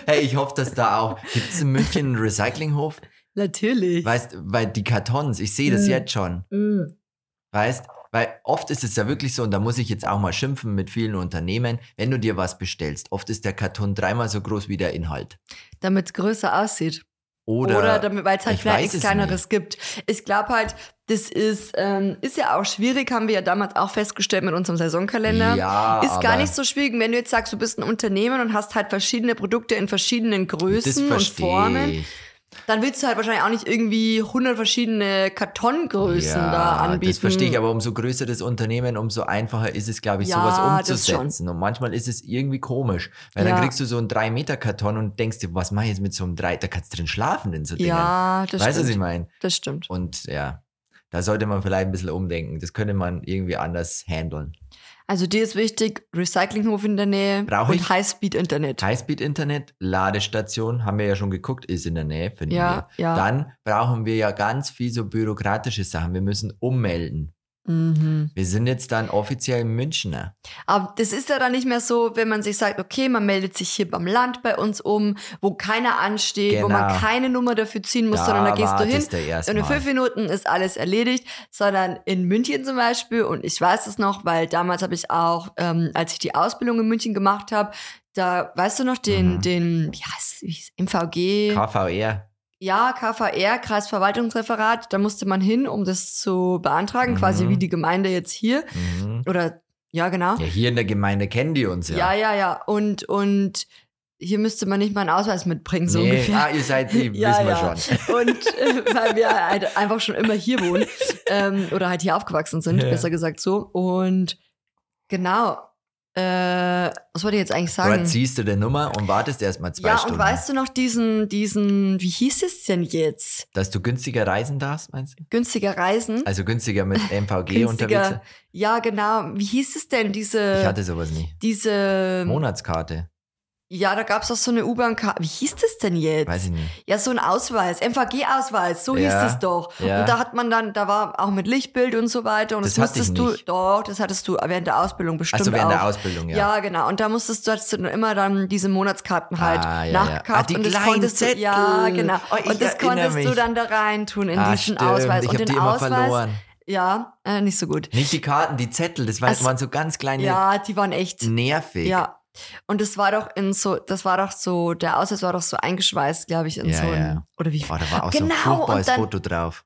Speaker 2: hey, ich hoffe, dass da auch... Gibt es in München einen Recyclinghof?
Speaker 1: Natürlich.
Speaker 2: Weißt, weil die Kartons, ich sehe das
Speaker 1: Mhm.
Speaker 2: jetzt schon. Weißt, weil oft ist es ja wirklich so, und da muss ich jetzt auch mal schimpfen mit vielen Unternehmen, wenn du dir was bestellst, oft ist der Karton dreimal so groß wie der Inhalt.
Speaker 1: Damit es größer aussieht.
Speaker 2: Oder,
Speaker 1: Oder, damit, weil es halt
Speaker 2: Ich
Speaker 1: vielleicht
Speaker 2: weiß
Speaker 1: nichts
Speaker 2: es
Speaker 1: Kleineres gibt. Ich glaube halt, das ist, ähm, ist ja auch schwierig, haben wir ja damals auch festgestellt mit unserem Saisonkalender.
Speaker 2: ja,
Speaker 1: Ist gar
Speaker 2: aber
Speaker 1: nicht so schwierig, wenn du jetzt sagst, du bist ein Unternehmen und hast halt verschiedene Produkte in verschiedenen
Speaker 2: das
Speaker 1: Größen und
Speaker 2: verstehe
Speaker 1: Formen,
Speaker 2: ich.
Speaker 1: dann willst du halt wahrscheinlich auch nicht irgendwie 100 verschiedene Kartongrößen
Speaker 2: ja,
Speaker 1: da anbieten.
Speaker 2: Das verstehe ich, aber umso größer das Unternehmen, umso einfacher ist es, glaube ich,
Speaker 1: Ja,
Speaker 2: sowas
Speaker 1: das
Speaker 2: umzusetzen. Und manchmal ist es irgendwie komisch, weil
Speaker 1: Ja.
Speaker 2: dann kriegst du so einen 3-Meter-Karton und denkst dir, was mache ich jetzt mit so einem 3, da kannst du drin schlafen in so Dingen.
Speaker 1: Ja, das
Speaker 2: weißt du, was ich
Speaker 1: stimmt.
Speaker 2: meine?
Speaker 1: Das stimmt.
Speaker 2: Und ja, da sollte man vielleicht ein bisschen umdenken. Das könnte man irgendwie anders handeln.
Speaker 1: Also dir ist wichtig, Recyclinghof in der Nähe
Speaker 2: Brauch ich?
Speaker 1: und Highspeed-Internet.
Speaker 2: Highspeed-Internet, Ladestation, haben wir ja schon geguckt, ist in der Nähe, finden
Speaker 1: Ja,
Speaker 2: wir.
Speaker 1: ja.
Speaker 2: Dann brauchen wir ja ganz viel so bürokratische Sachen. Wir müssen ummelden.
Speaker 1: Mhm.
Speaker 2: Wir sind jetzt dann offiziell ne? Münchner.
Speaker 1: Aber das ist ja dann nicht mehr so, wenn man sich sagt, okay, man meldet sich hier beim Land bei uns um, wo keiner ansteht, wo man
Speaker 2: Genau.
Speaker 1: keine Nummer dafür ziehen muss, sondern da gehst du
Speaker 2: war
Speaker 1: hin,
Speaker 2: das Der erste
Speaker 1: Und in
Speaker 2: Mal.
Speaker 1: fünf Minuten ist alles erledigt, sondern in München zum Beispiel, und ich weiß es noch, weil damals habe ich auch, ähm, als ich die Ausbildung in München gemacht habe, da, weißt du noch, den,
Speaker 2: Mhm.
Speaker 1: den, wie heißt es, MVG?
Speaker 2: KVR.
Speaker 1: ja, KVR, Kreisverwaltungsreferat, da musste man hin, um das zu beantragen,
Speaker 2: Mhm.
Speaker 1: quasi wie die Gemeinde jetzt hier.
Speaker 2: Mhm.
Speaker 1: Oder, ja, genau.
Speaker 2: Ja, hier in der Gemeinde kennen die uns ja.
Speaker 1: Ja, ja, ja. Und, und hier müsste man nicht mal einen Ausweis mitbringen, so
Speaker 2: nee.
Speaker 1: ungefähr.
Speaker 2: Ah, ihr seid die,
Speaker 1: Ja,
Speaker 2: wissen wir
Speaker 1: ja.
Speaker 2: schon.
Speaker 1: Und äh, weil wir halt einfach schon immer hier wohnen ähm, oder halt hier aufgewachsen sind,
Speaker 2: Ja.
Speaker 1: besser gesagt so. Und genau, äh, was wollte ich jetzt eigentlich
Speaker 2: Dort
Speaker 1: sagen?
Speaker 2: ziehst du die Nummer und wartest erstmal zwei
Speaker 1: Ja,
Speaker 2: Stunden.
Speaker 1: und weißt du noch diesen, diesen, wie hieß es denn jetzt?
Speaker 2: Dass du günstiger reisen darfst, meinst du?
Speaker 1: Günstiger Reisen?
Speaker 2: Also günstiger mit MVG unterwegs.
Speaker 1: Günstiger. äh, Ja, genau. Wie hieß es denn,
Speaker 2: Ich
Speaker 1: diese,
Speaker 2: hatte sowas nicht.
Speaker 1: diese,
Speaker 2: Monatskarte.
Speaker 1: ja, da gab es auch so eine U-Bahn-Karte. Wie hieß das denn jetzt?
Speaker 2: Weiß ich nicht.
Speaker 1: Ja, so ein Ausweis, MVG-Ausweis, so
Speaker 2: Ja,
Speaker 1: hieß es doch.
Speaker 2: ja.
Speaker 1: Und da hat man dann, da war auch mit Lichtbild und so weiter. Und
Speaker 2: Das
Speaker 1: das,
Speaker 2: hatte ich
Speaker 1: musstest du,
Speaker 2: nicht.
Speaker 1: doch, das hattest du während der Ausbildung bestimmt
Speaker 2: Also während
Speaker 1: auch.
Speaker 2: der Ausbildung, ja.
Speaker 1: ja. genau. Und da musstest du, hattest du dann immer dann diese Monatskarten halt
Speaker 2: Ah, ja, ja.
Speaker 1: nachgekauft.
Speaker 2: Ah, die
Speaker 1: und das
Speaker 2: kleinen
Speaker 1: konntest
Speaker 2: Zettel.
Speaker 1: du, ja, genau.
Speaker 2: Oh, ich
Speaker 1: und das
Speaker 2: erinnere
Speaker 1: konntest du
Speaker 2: mich.
Speaker 1: dann da reintun in
Speaker 2: Ah,
Speaker 1: diesen
Speaker 2: stimmt.
Speaker 1: Ausweis.
Speaker 2: Ich
Speaker 1: und
Speaker 2: habe
Speaker 1: den
Speaker 2: die immer
Speaker 1: Ausweis,
Speaker 2: verloren.
Speaker 1: ja, äh, nicht so gut.
Speaker 2: Nicht die Karten, die Zettel, das war,
Speaker 1: Also-
Speaker 2: waren so ganz kleine,
Speaker 1: Ja, die waren echt.
Speaker 2: nervig.
Speaker 1: Ja. Und das war doch in so, das war doch so, der Ausweis war doch so eingeschweißt, glaube ich, in
Speaker 2: Ja,
Speaker 1: so ein,
Speaker 2: ja.
Speaker 1: oder wie
Speaker 2: Oh, da war auch so
Speaker 1: Genau,
Speaker 2: ein
Speaker 1: und
Speaker 2: furchtbares
Speaker 1: dann-
Speaker 2: Foto drauf.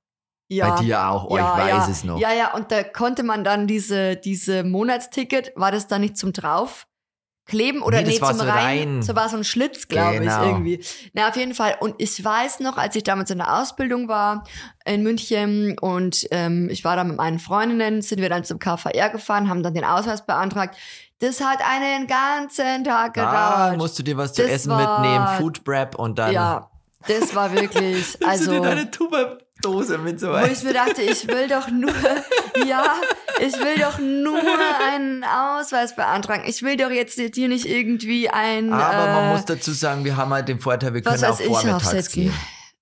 Speaker 1: ja.
Speaker 2: Bei dir auch, oh, ich weiß es noch.
Speaker 1: Ja, ja, und da konnte man dann diese, diese Monatsticket, war das dann nicht zum draufkleben oder
Speaker 2: Nee, das
Speaker 1: nee,
Speaker 2: war
Speaker 1: zum
Speaker 2: so
Speaker 1: rein,
Speaker 2: rein.
Speaker 1: So war so ein Schlitz, glaube
Speaker 2: Genau.
Speaker 1: ich, irgendwie. Na, auf jeden Fall. Und ich weiß noch, als ich damals in der Ausbildung war in München und ähm, ich war da mit meinen Freundinnen, sind wir dann zum KVR gefahren, haben dann den Ausweis beantragt. Das hat einen ganzen Tag
Speaker 2: ah,
Speaker 1: gedauert.
Speaker 2: musst du dir was zu
Speaker 1: Das
Speaker 2: essen
Speaker 1: war-
Speaker 2: mitnehmen, Food Prep und dann
Speaker 1: ja, das war wirklich,
Speaker 2: nimmst
Speaker 1: also.
Speaker 2: du dir deine Tuberdose mit so
Speaker 1: Wo
Speaker 2: ein.
Speaker 1: ich mir dachte, ich will doch nur, ja, ich will doch nur einen Ausweis beantragen. Ich will doch jetzt hier nicht irgendwie ein.
Speaker 2: Aber man
Speaker 1: äh,
Speaker 2: muss dazu sagen, wir haben halt den Vorteil, wir
Speaker 1: was
Speaker 2: können auch
Speaker 1: weiß ich,
Speaker 2: vormittags
Speaker 1: aufsetzen.
Speaker 2: gehen.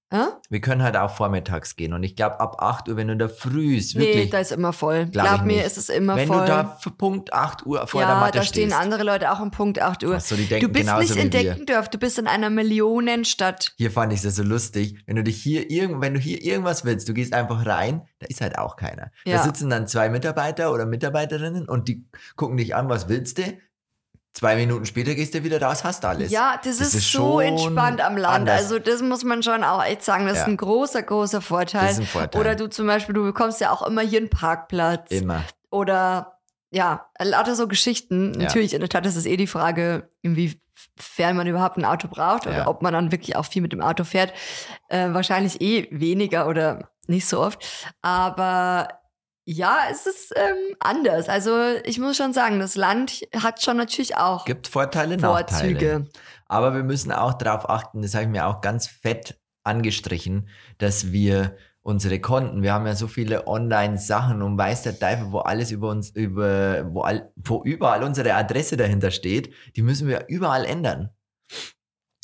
Speaker 1: Hä?
Speaker 2: Wir können halt auch vormittags gehen. Und ich glaube, ab 8 Uhr, wenn du da früh ist,
Speaker 1: Nee,
Speaker 2: wirklich.
Speaker 1: da ist immer voll.
Speaker 2: Glaub ich
Speaker 1: Glaub mir,
Speaker 2: nicht.
Speaker 1: ist es immer
Speaker 2: wenn
Speaker 1: voll.
Speaker 2: du da für Punkt 8 Uhr vor
Speaker 1: ja,
Speaker 2: der Matte
Speaker 1: da stehen
Speaker 2: stehst.
Speaker 1: andere Leute auch um Punkt 8 Uhr.
Speaker 2: Achso, die denken
Speaker 1: Du bist
Speaker 2: genauso
Speaker 1: nicht
Speaker 2: wie
Speaker 1: in
Speaker 2: wir.
Speaker 1: Deckendorf, du bist in einer Millionenstadt.
Speaker 2: Hier fand ich das so lustig. Wenn du dich hier irgend, wenn du hier irgendwas willst, du gehst einfach rein, da ist halt auch keiner.
Speaker 1: Ja.
Speaker 2: Da sitzen dann zwei Mitarbeiter oder Mitarbeiterinnen und die gucken dich an, was willst du? Zwei Minuten später gehst du wieder raus, hast alles.
Speaker 1: Ja, das,
Speaker 2: das
Speaker 1: ist,
Speaker 2: ist
Speaker 1: so
Speaker 2: schon
Speaker 1: entspannt am Land.
Speaker 2: anders.
Speaker 1: Also das muss man schon auch echt sagen. Das ist
Speaker 2: Ja.
Speaker 1: ein großer, großer
Speaker 2: das
Speaker 1: Vorteil.
Speaker 2: ist ein Vorteil.
Speaker 1: Oder du zum Beispiel, du bekommst ja auch immer hier einen Parkplatz.
Speaker 2: Immer.
Speaker 1: Oder ja, lauter so Geschichten.
Speaker 2: Ja.
Speaker 1: Natürlich, in der Tat ist es eh die Frage, inwiefern man überhaupt ein Auto braucht oder
Speaker 2: Ja.
Speaker 1: ob man dann wirklich auch viel mit dem Auto fährt. Äh, wahrscheinlich eh weniger oder nicht so oft. Aber ja, es ist ähm, anders. Also ich muss schon sagen, das Land hat schon natürlich auch
Speaker 2: Gibt Vorteile, Nachteile.
Speaker 1: Vorzüge.
Speaker 2: Aber wir müssen auch darauf achten, das habe ich mir auch ganz fett angestrichen, dass wir unsere Konten, wir haben ja so viele Online-Sachen und weiß der Teufel, wo alles über uns, über, wo, all, wo überall unsere Adresse dahinter steht, die müssen wir überall ändern.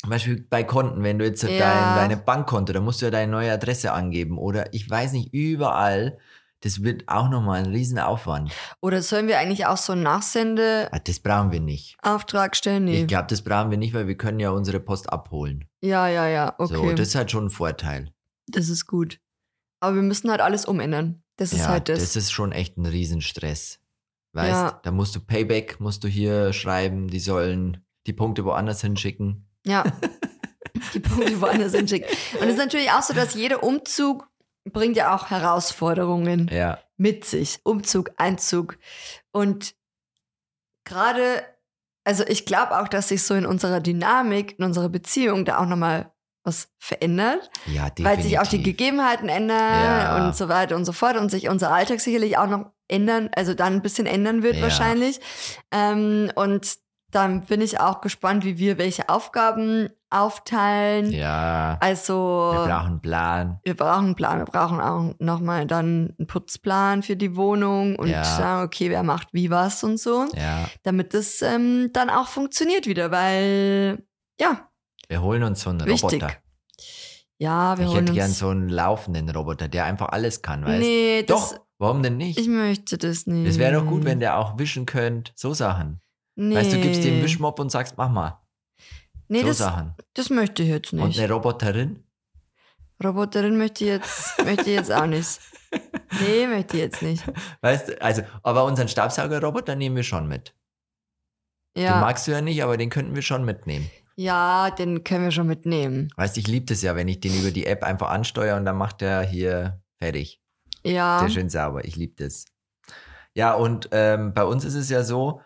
Speaker 2: Zum Beispiel bei Konten, wenn du jetzt
Speaker 1: Ja.
Speaker 2: dein, deine Bankkonto, da musst du ja deine neue Adresse angeben oder ich weiß nicht, überall, das wird auch nochmal ein Riesenaufwand.
Speaker 1: Oder sollen wir eigentlich auch so einen Nachsendeauftrag
Speaker 2: Ah, Das brauchen wir nicht.
Speaker 1: stellen? Nee.
Speaker 2: Ich glaube, das brauchen wir nicht, weil wir können ja unsere Post abholen.
Speaker 1: Ja, ja, ja. Okay.
Speaker 2: So, das ist halt schon ein Vorteil.
Speaker 1: Das ist gut. Aber wir müssen halt alles umändern. Das ist
Speaker 2: ja,
Speaker 1: halt das.
Speaker 2: ist schon echt ein Riesenstress. Weißt,
Speaker 1: Ja.
Speaker 2: da musst du Payback, musst du hier schreiben, die sollen die Punkte woanders hinschicken.
Speaker 1: ja. Die Punkte woanders hinschicken. Und es ist natürlich auch so, dass jeder Umzug bringt ja auch Herausforderungen
Speaker 2: Ja,
Speaker 1: mit sich. Umzug, Einzug. Und gerade, also ich glaube auch, dass sich so in unserer Dynamik, in unserer Beziehung da auch nochmal was verändert.
Speaker 2: ja, definitiv.
Speaker 1: Weil sich auch die Gegebenheiten ändern
Speaker 2: Ja.
Speaker 1: und so weiter und so fort und sich unser Alltag sicherlich auch noch ändern, also dann ein bisschen ändern wird
Speaker 2: Ja.
Speaker 1: wahrscheinlich. Ähm, und dann bin ich auch gespannt, wie wir welche Aufgaben aufteilen.
Speaker 2: Ja,
Speaker 1: Also
Speaker 2: wir brauchen einen Plan.
Speaker 1: wir brauchen einen Plan, wir brauchen auch nochmal dann einen Putzplan für die Wohnung und
Speaker 2: Ja.
Speaker 1: sagen, okay, wer macht wie was und so,
Speaker 2: Ja,
Speaker 1: damit das ähm, dann auch funktioniert wieder, weil ja,
Speaker 2: wir holen uns so einen
Speaker 1: wichtig.
Speaker 2: Roboter.
Speaker 1: Ja, wir
Speaker 2: Ich
Speaker 1: holen
Speaker 2: hätte gern
Speaker 1: uns.
Speaker 2: so einen laufenden Roboter, der einfach alles kann, weißt du?
Speaker 1: nee, das,
Speaker 2: Doch, warum denn nicht?
Speaker 1: Ich möchte das nicht.
Speaker 2: das wäre doch gut, wenn der auch wischen könnte. So Sachen.
Speaker 1: Nee.
Speaker 2: Weißt du, gibst dem Wischmopp und sagst, mach mal.
Speaker 1: Nee,
Speaker 2: so
Speaker 1: das,
Speaker 2: Sachen.
Speaker 1: das möchte ich jetzt
Speaker 2: Und
Speaker 1: nicht.
Speaker 2: eine Roboterin?
Speaker 1: Roboterin möchte ich jetzt, möchte ich jetzt auch nicht. Nee, möchte ich jetzt nicht.
Speaker 2: Weißt du, also, aber unseren Staubsaugerroboter nehmen wir schon mit. Den
Speaker 1: Ja,
Speaker 2: magst du ja nicht, aber den könnten wir schon mitnehmen.
Speaker 1: ja den können wir schon mitnehmen.
Speaker 2: Weißt, ich liebe das ja, wenn ich den über die App einfach ansteuere und dann macht der hier fertig.
Speaker 1: Ja,
Speaker 2: Sehr schön sauber. Ich liebe das. Ja, und ähm, bei uns ist es ja so,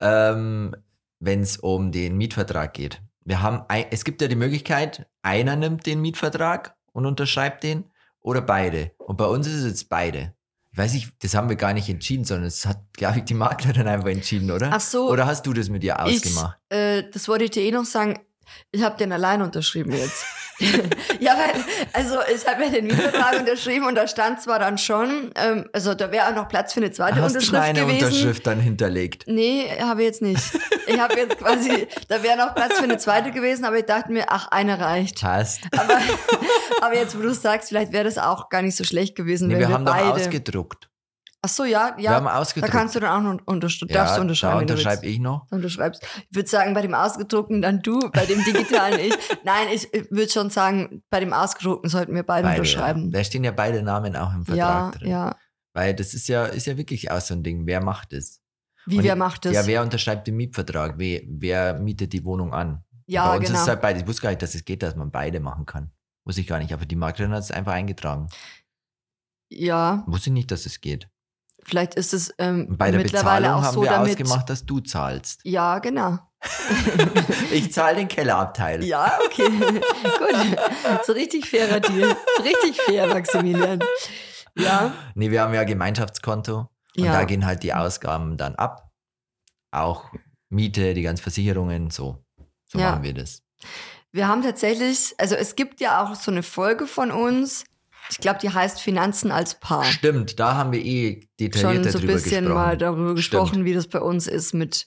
Speaker 2: ähm, wenn es um den Mietvertrag geht. Wir haben ein, es gibt ja die Möglichkeit, einer nimmt den Mietvertrag und unterschreibt den oder beide. Und bei uns ist es jetzt beide. Ich weiß nicht, das haben wir gar nicht entschieden, sondern es hat, glaube ich, die Maklerin einfach entschieden, oder?
Speaker 1: ach so,
Speaker 2: ne? oder hast du das mit ihr
Speaker 1: ich,
Speaker 2: ausgemacht?
Speaker 1: äh, das wollte ich dir eh noch sagen. Ich habe den allein unterschrieben jetzt. ja, weil, also ich habe ja den Mietvertrag unterschrieben und da stand zwar dann schon, ähm, also da wäre auch noch Platz für eine zweite
Speaker 2: Hast du
Speaker 1: Unterschrift
Speaker 2: meine
Speaker 1: gewesen.
Speaker 2: Unterschrift dann hinterlegt?
Speaker 1: Nee, habe ich jetzt nicht. Ich habe jetzt quasi, da wäre noch Platz für eine zweite gewesen, aber ich dachte mir, ach, eine reicht.
Speaker 2: Hast.
Speaker 1: Aber, aber jetzt, wo du es sagst, vielleicht wäre das auch gar nicht so schlecht gewesen,
Speaker 2: Nee,
Speaker 1: wenn wir,
Speaker 2: wir haben doch
Speaker 1: beide.
Speaker 2: ausgedruckt.
Speaker 1: Ach so, ja,
Speaker 2: wir
Speaker 1: ja.
Speaker 2: haben
Speaker 1: Da
Speaker 2: ausgedruckt.
Speaker 1: kannst du dann auch noch unterschreiben. darfst du unterschreiben,
Speaker 2: Da
Speaker 1: wenn du willst.
Speaker 2: unterschreibe ich noch.
Speaker 1: Dann unterschreibst. Ich würde sagen, bei dem Ausgedruckten dann du, bei dem Digitalen ich. Nein, ich würde schon sagen, bei dem Ausgedruckten sollten wir beide,
Speaker 2: Beide,
Speaker 1: unterschreiben.
Speaker 2: Ja. Da stehen ja beide Namen auch im
Speaker 1: Ja,
Speaker 2: Vertrag drin.
Speaker 1: ja.
Speaker 2: Weil das ist ja, ist ja wirklich auch so ein Ding. Wer macht es?
Speaker 1: Wie,
Speaker 2: Und
Speaker 1: wer
Speaker 2: ich-
Speaker 1: macht das?
Speaker 2: Ja, wer unterschreibt den Mietvertrag? Wer, wer mietet die Wohnung an?
Speaker 1: Ja,
Speaker 2: Bei uns ist
Speaker 1: genau.
Speaker 2: es halt beide. Ich wusste gar nicht, dass es geht, dass man beide machen kann. Muss ich gar nicht. Aber die Maklerin hat es einfach eingetragen.
Speaker 1: ja,
Speaker 2: Wusste ich nicht, dass es geht.
Speaker 1: vielleicht ist es ähm,
Speaker 2: Und bei der
Speaker 1: mittlerweile
Speaker 2: Bezahlung
Speaker 1: auch
Speaker 2: haben
Speaker 1: so,
Speaker 2: wir
Speaker 1: damit.
Speaker 2: ausgemacht, dass du zahlst.
Speaker 1: Ja, genau.
Speaker 2: Ich zahle den Kellerabteil.
Speaker 1: Ja, okay. Gut. So richtig fairer Deal. Richtig fair, Maximilian. Ja.
Speaker 2: Nee, wir haben ja Gemeinschaftskonto. Und
Speaker 1: Ja.
Speaker 2: da gehen halt die Ausgaben dann ab. Auch Miete, die ganzen Versicherungen, so. So
Speaker 1: Ja.
Speaker 2: machen wir das.
Speaker 1: Wir haben tatsächlich, also es gibt ja auch so eine Folge von uns. Ich glaube, die heißt Finanzen als Paar.
Speaker 2: Stimmt, da haben wir eh
Speaker 1: Schon
Speaker 2: detaillierter
Speaker 1: so ein
Speaker 2: drüber
Speaker 1: bisschen
Speaker 2: gesprochen.
Speaker 1: mal darüber gesprochen, wie das bei uns ist mit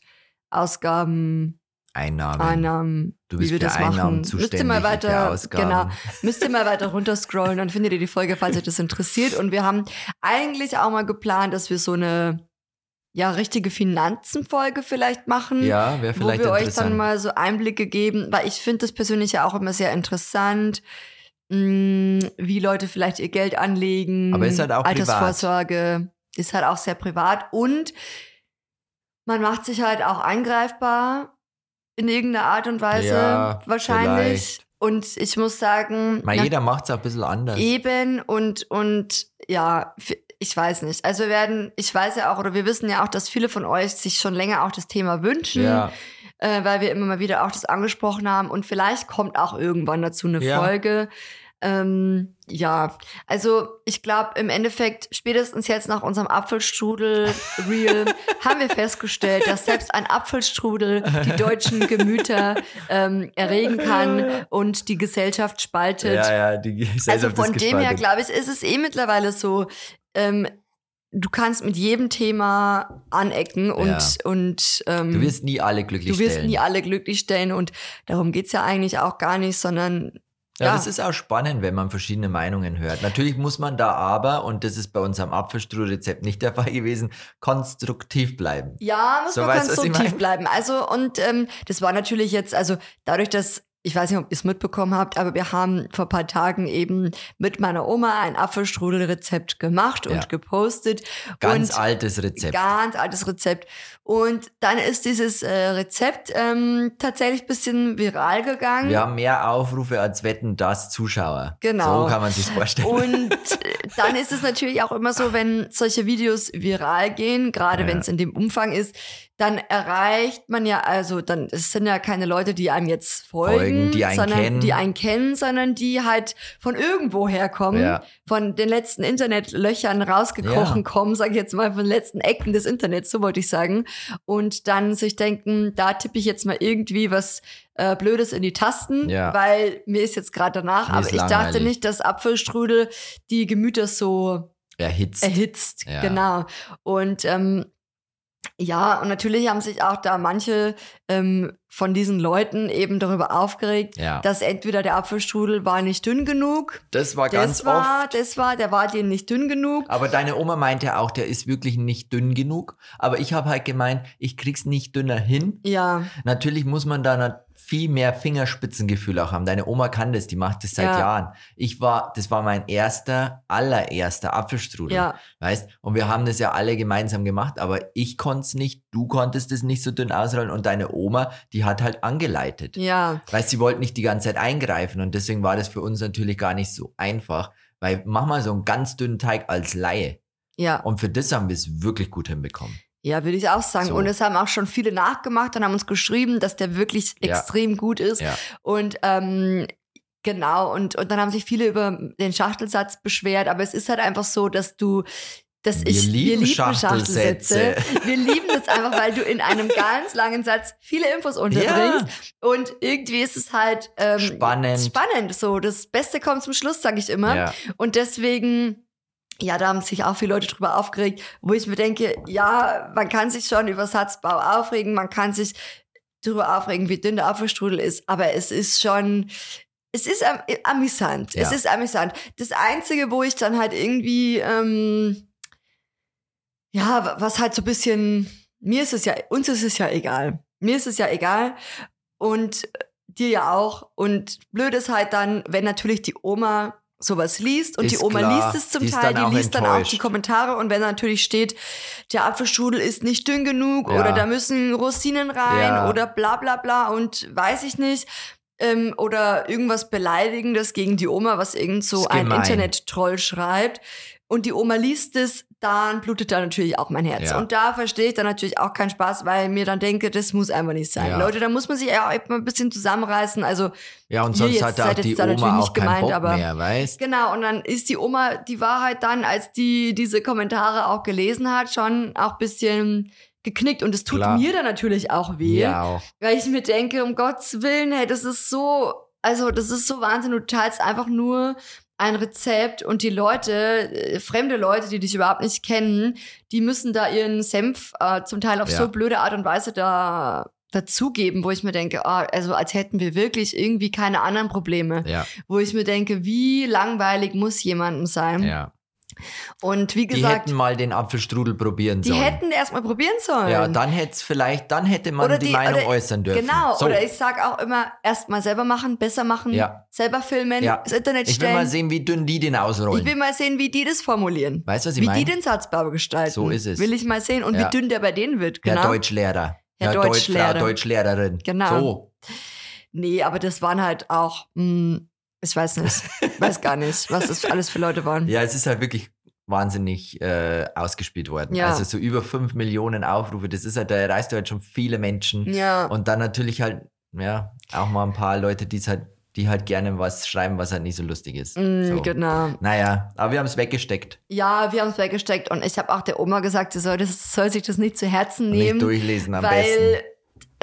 Speaker 1: Ausgaben
Speaker 2: Einnahmen.
Speaker 1: Einnahmen,
Speaker 2: Du bist
Speaker 1: wie wir
Speaker 2: für
Speaker 1: das
Speaker 2: Einnahmen
Speaker 1: machen.
Speaker 2: zuständig,
Speaker 1: Müsst ihr mal
Speaker 2: ich für
Speaker 1: weiter,
Speaker 2: Ausgaben.
Speaker 1: genau, müsst ihr mal weiter runterscrollen, dann findet ihr die Folge, falls euch das interessiert. Und wir haben eigentlich auch mal geplant, dass wir so eine ja richtige Finanzenfolge vielleicht machen.
Speaker 2: Ja, wäre vielleicht
Speaker 1: wo wir euch
Speaker 2: interessant.
Speaker 1: dann mal so Einblicke geben, weil ich finde das persönlich ja auch immer sehr interessant, mh, wie Leute vielleicht ihr Geld anlegen.
Speaker 2: Aber ist halt auch privat.
Speaker 1: Altersvorsorge ist halt auch sehr privat und man macht sich halt auch angreifbar in irgendeiner Art und Weise
Speaker 2: Ja,
Speaker 1: wahrscheinlich.
Speaker 2: vielleicht.
Speaker 1: Und ich muss sagen,
Speaker 2: mal
Speaker 1: nach- Eh
Speaker 2: jeder macht es auch ein bisschen anders.
Speaker 1: Eben und, und ja, f- ich weiß nicht. Also wir werden, ich weiß ja auch, oder wir wissen ja auch, dass viele von euch sich schon länger auch das Thema wünschen,
Speaker 2: Ja,
Speaker 1: äh, weil wir immer mal wieder auch das angesprochen haben. Und vielleicht kommt auch irgendwann dazu eine
Speaker 2: Ja.
Speaker 1: Folge. Ähm, ja, also ich glaube im Endeffekt, spätestens jetzt nach unserem Apfelstrudel-Reel haben wir festgestellt, dass selbst ein Apfelstrudel die deutschen Gemüter ähm, erregen kann und die Gesellschaft spaltet.
Speaker 2: ja, ja, die
Speaker 1: Also
Speaker 2: Gesellschaft
Speaker 1: von
Speaker 2: ist
Speaker 1: dem her,
Speaker 2: gespalten.
Speaker 1: glaube ich, ist es eh mittlerweile so, ähm, du kannst mit jedem Thema anecken und,
Speaker 2: Ja.
Speaker 1: und ähm,
Speaker 2: Du wirst nie alle glücklich
Speaker 1: du wirst
Speaker 2: stellen.
Speaker 1: nie alle glücklich stellen und darum geht's ja eigentlich auch gar nicht, sondern
Speaker 2: ja,
Speaker 1: ja.
Speaker 2: das ist auch spannend, wenn man verschiedene Meinungen hört. Natürlich muss man da aber, und das ist bei uns am Apfelstrudel-Rezept nicht der Fall gewesen, konstruktiv bleiben.
Speaker 1: ja, muss
Speaker 2: So,
Speaker 1: man
Speaker 2: weißt du, was ich
Speaker 1: konstruktiv
Speaker 2: meine?
Speaker 1: bleiben. Also und ähm, das war natürlich jetzt, also dadurch, dass ich weiß nicht, ob ihr es mitbekommen habt, aber wir haben vor ein paar Tagen eben mit meiner Oma ein Apfelstrudelrezept gemacht und
Speaker 2: Ja.
Speaker 1: gepostet.
Speaker 2: Ganz
Speaker 1: und
Speaker 2: altes Rezept.
Speaker 1: Ganz altes Rezept. Und dann ist dieses äh, Rezept ähm, tatsächlich ein bisschen viral gegangen.
Speaker 2: Wir haben mehr Aufrufe als Wetten, das Zuschauer.
Speaker 1: Genau.
Speaker 2: So kann man sich vorstellen.
Speaker 1: Und äh, dann ist es natürlich auch immer so, wenn solche Videos viral gehen, gerade
Speaker 2: Ja.
Speaker 1: wenn es in dem Umfang ist, dann erreicht man ja, also dann es sind ja keine Leute, die einem jetzt folgen,
Speaker 2: Folgen, die einen
Speaker 1: sondern
Speaker 2: kennen.
Speaker 1: die einen kennen, sondern die halt von irgendwo herkommen,
Speaker 2: Ja.
Speaker 1: von den letzten Internetlöchern rausgekrochen kommen, sag ich jetzt mal, von den letzten Ecken des Internets, so wollte ich sagen. Und dann sich denken, da tippe ich jetzt mal irgendwie was äh, Blödes in die Tasten,
Speaker 2: Ja.
Speaker 1: weil mir ist jetzt gerade danach,
Speaker 2: Mir
Speaker 1: aber
Speaker 2: ist
Speaker 1: ich dachte
Speaker 2: langweilig.
Speaker 1: nicht, dass Apfelstrudel die Gemüter so
Speaker 2: Erhitzt.
Speaker 1: erhitzt.
Speaker 2: Ja.
Speaker 1: Genau. Und ähm, ja, und natürlich haben sich auch da manche ähm, von diesen Leuten eben darüber aufgeregt,
Speaker 2: Ja.
Speaker 1: dass entweder der Apfelstrudel war nicht dünn genug,
Speaker 2: Das war
Speaker 1: das
Speaker 2: ganz
Speaker 1: war,
Speaker 2: oft.
Speaker 1: das war, der war dir nicht dünn genug.
Speaker 2: Aber deine Oma meinte auch, der ist wirklich nicht dünn genug. Aber ich habe halt gemeint, ich krieg's nicht dünner hin.
Speaker 1: Ja,
Speaker 2: Natürlich muss man da na- viel mehr Fingerspitzengefühl auch haben. Deine Oma kann das, die macht das seit
Speaker 1: Ja.
Speaker 2: Jahren. Ich war, das war mein erster, allererster Apfelstrudel.
Speaker 1: ja,
Speaker 2: Weißt? Und wir haben das ja alle gemeinsam gemacht, aber ich konnte es nicht, du konntest es nicht so dünn ausrollen und deine Oma, die hat halt angeleitet.
Speaker 1: ja.
Speaker 2: Weißt, sie wollten nicht die ganze Zeit eingreifen und deswegen war das für uns natürlich gar nicht so einfach, weil mach mal so einen ganz dünnen Teig als Laie.
Speaker 1: Ja,
Speaker 2: Und für das haben wir es wirklich gut hinbekommen.
Speaker 1: ja, würde ich auch sagen.
Speaker 2: So.
Speaker 1: Und es haben auch schon viele nachgemacht und haben uns geschrieben, dass der wirklich
Speaker 2: Ja.
Speaker 1: extrem gut ist.
Speaker 2: Ja.
Speaker 1: Und ähm, genau, und, und dann haben sich viele über den Schachtelsatz beschwert, aber es ist halt einfach so, dass du, dass
Speaker 2: Wir
Speaker 1: ich,
Speaker 2: lieben
Speaker 1: Schachtelsätze.
Speaker 2: Schachtelsätze.
Speaker 1: Wir lieben das einfach, weil du in einem ganz langen Satz viele Infos unterbringst. Und irgendwie ist es halt ähm,
Speaker 2: Spannend.
Speaker 1: spannend. So, das Beste kommt zum Schluss, sage ich immer.
Speaker 2: Ja.
Speaker 1: Und deswegen, ja, da haben sich auch viele Leute drüber aufgeregt, wo ich mir denke, ja, man kann sich schon über Satzbau aufregen, man kann sich drüber aufregen, wie dünn der Apfelstrudel ist, aber es ist schon, es ist am, äh, amüsant. Es
Speaker 2: Ja.
Speaker 1: ist amüsant. Das Einzige, wo ich dann halt irgendwie, ähm, ja, wa- was halt so ein bisschen, mir ist es ja, uns ist es ja egal. Mir ist es ja egal und äh, dir ja auch. Und blöd ist halt dann, wenn natürlich die Oma sowas liest und
Speaker 2: Ist
Speaker 1: die Oma
Speaker 2: klar.
Speaker 1: liest es zum
Speaker 2: Die ist
Speaker 1: Teil,
Speaker 2: dann auch
Speaker 1: die liest dann auch die
Speaker 2: enttäuscht.
Speaker 1: Kommentare und wenn natürlich steht, der Apfelstrudel ist nicht dünn genug
Speaker 2: Ja.
Speaker 1: oder da müssen Rosinen rein
Speaker 2: Ja.
Speaker 1: oder bla bla bla und weiß ich nicht. Ähm, oder irgendwas Beleidigendes gegen die Oma, was irgend so
Speaker 2: Ist
Speaker 1: ein
Speaker 2: gemein.
Speaker 1: Internet-Troll schreibt. Und die Oma liest es, dann blutet da natürlich auch mein Herz.
Speaker 2: Ja.
Speaker 1: Und da verstehe ich dann natürlich auch keinen Spaß, weil mir dann denke, das muss einfach nicht sein.
Speaker 2: Ja.
Speaker 1: Leute, da muss man sich ja auch eben ein bisschen zusammenreißen. Also
Speaker 2: Ja, und
Speaker 1: Ihr
Speaker 2: sonst
Speaker 1: jetzt
Speaker 2: hat da auch
Speaker 1: seid jetzt
Speaker 2: die
Speaker 1: da natürlich
Speaker 2: Oma auch
Speaker 1: nicht
Speaker 2: keinen
Speaker 1: gemeint,
Speaker 2: Bock
Speaker 1: aber-
Speaker 2: mehr, weißt?
Speaker 1: Genau, und dann ist die Oma die Wahrheit dann, als die diese Kommentare auch gelesen hat, schon auch ein bisschen geknickt. Und es tut
Speaker 2: Klar.
Speaker 1: mir dann natürlich auch weh,
Speaker 2: Ja, auch.
Speaker 1: weil ich mir denke, um Gottes Willen, hey, das ist so, also das ist so Wahnsinn. Du teilst einfach nur ein Rezept und die Leute, äh, fremde Leute, die dich überhaupt nicht kennen, die müssen da ihren Senf äh, zum Teil auf
Speaker 2: Ja.
Speaker 1: so blöde Art und Weise da dazugeben, wo ich mir denke, ah, also als hätten wir wirklich irgendwie keine anderen Probleme.
Speaker 2: Ja,
Speaker 1: Wo ich mir denke, wie langweilig muss jemandem sein?
Speaker 2: ja.
Speaker 1: Und wie
Speaker 2: Die
Speaker 1: gesagt,
Speaker 2: hätten mal den Apfelstrudel probieren
Speaker 1: die
Speaker 2: sollen.
Speaker 1: hätten erstmal probieren sollen.
Speaker 2: ja, dann hätte vielleicht, dann hätte man
Speaker 1: Oder
Speaker 2: die,
Speaker 1: die-
Speaker 2: Meinung
Speaker 1: oder-
Speaker 2: äußern dürfen.
Speaker 1: Genau,
Speaker 2: so.
Speaker 1: oder ich sag auch immer, erstmal selber machen, besser machen,
Speaker 2: Ja.
Speaker 1: selber filmen,
Speaker 2: Ja.
Speaker 1: das Internet
Speaker 2: Ich will
Speaker 1: stellen.
Speaker 2: mal sehen, wie dünn die den
Speaker 1: ich
Speaker 2: ausrollen.
Speaker 1: will mal sehen, wie die das formulieren.
Speaker 2: weißt du, was ich
Speaker 1: Wie
Speaker 2: meine?
Speaker 1: die den Satzbau gestalten.
Speaker 2: So ist es.
Speaker 1: Will ich mal sehen. Und
Speaker 2: Ja.
Speaker 1: wie dünn der bei denen wird,
Speaker 2: Herr
Speaker 1: genau.
Speaker 2: Deutschlehrer.
Speaker 1: Herr
Speaker 2: Deutsch-
Speaker 1: Deutschlehrer.
Speaker 2: Frau Deutschlehrerin.
Speaker 1: Genau.
Speaker 2: So.
Speaker 1: Nee, aber das waren halt auch, mh, ich weiß nicht, weiß gar nicht, was das alles für Leute waren.
Speaker 2: Ja, es ist halt wirklich wahnsinnig äh, ausgespielt worden.
Speaker 1: Ja.
Speaker 2: Also so über 5 Millionen Aufrufe, das ist halt, da erreichst du halt schon viele Menschen.
Speaker 1: Ja.
Speaker 2: Und dann natürlich halt, ja, auch mal ein paar Leute, die halt, die halt gerne was schreiben, was halt nicht so lustig ist.
Speaker 1: Mm,
Speaker 2: so.
Speaker 1: Genau.
Speaker 2: Naja, aber wir haben es weggesteckt.
Speaker 1: Ja, wir haben es weggesteckt und ich habe auch der Oma gesagt, sie soll, das, soll sich das nicht zu Herzen
Speaker 2: Nicht
Speaker 1: nehmen.
Speaker 2: durchlesen am besten.
Speaker 1: weil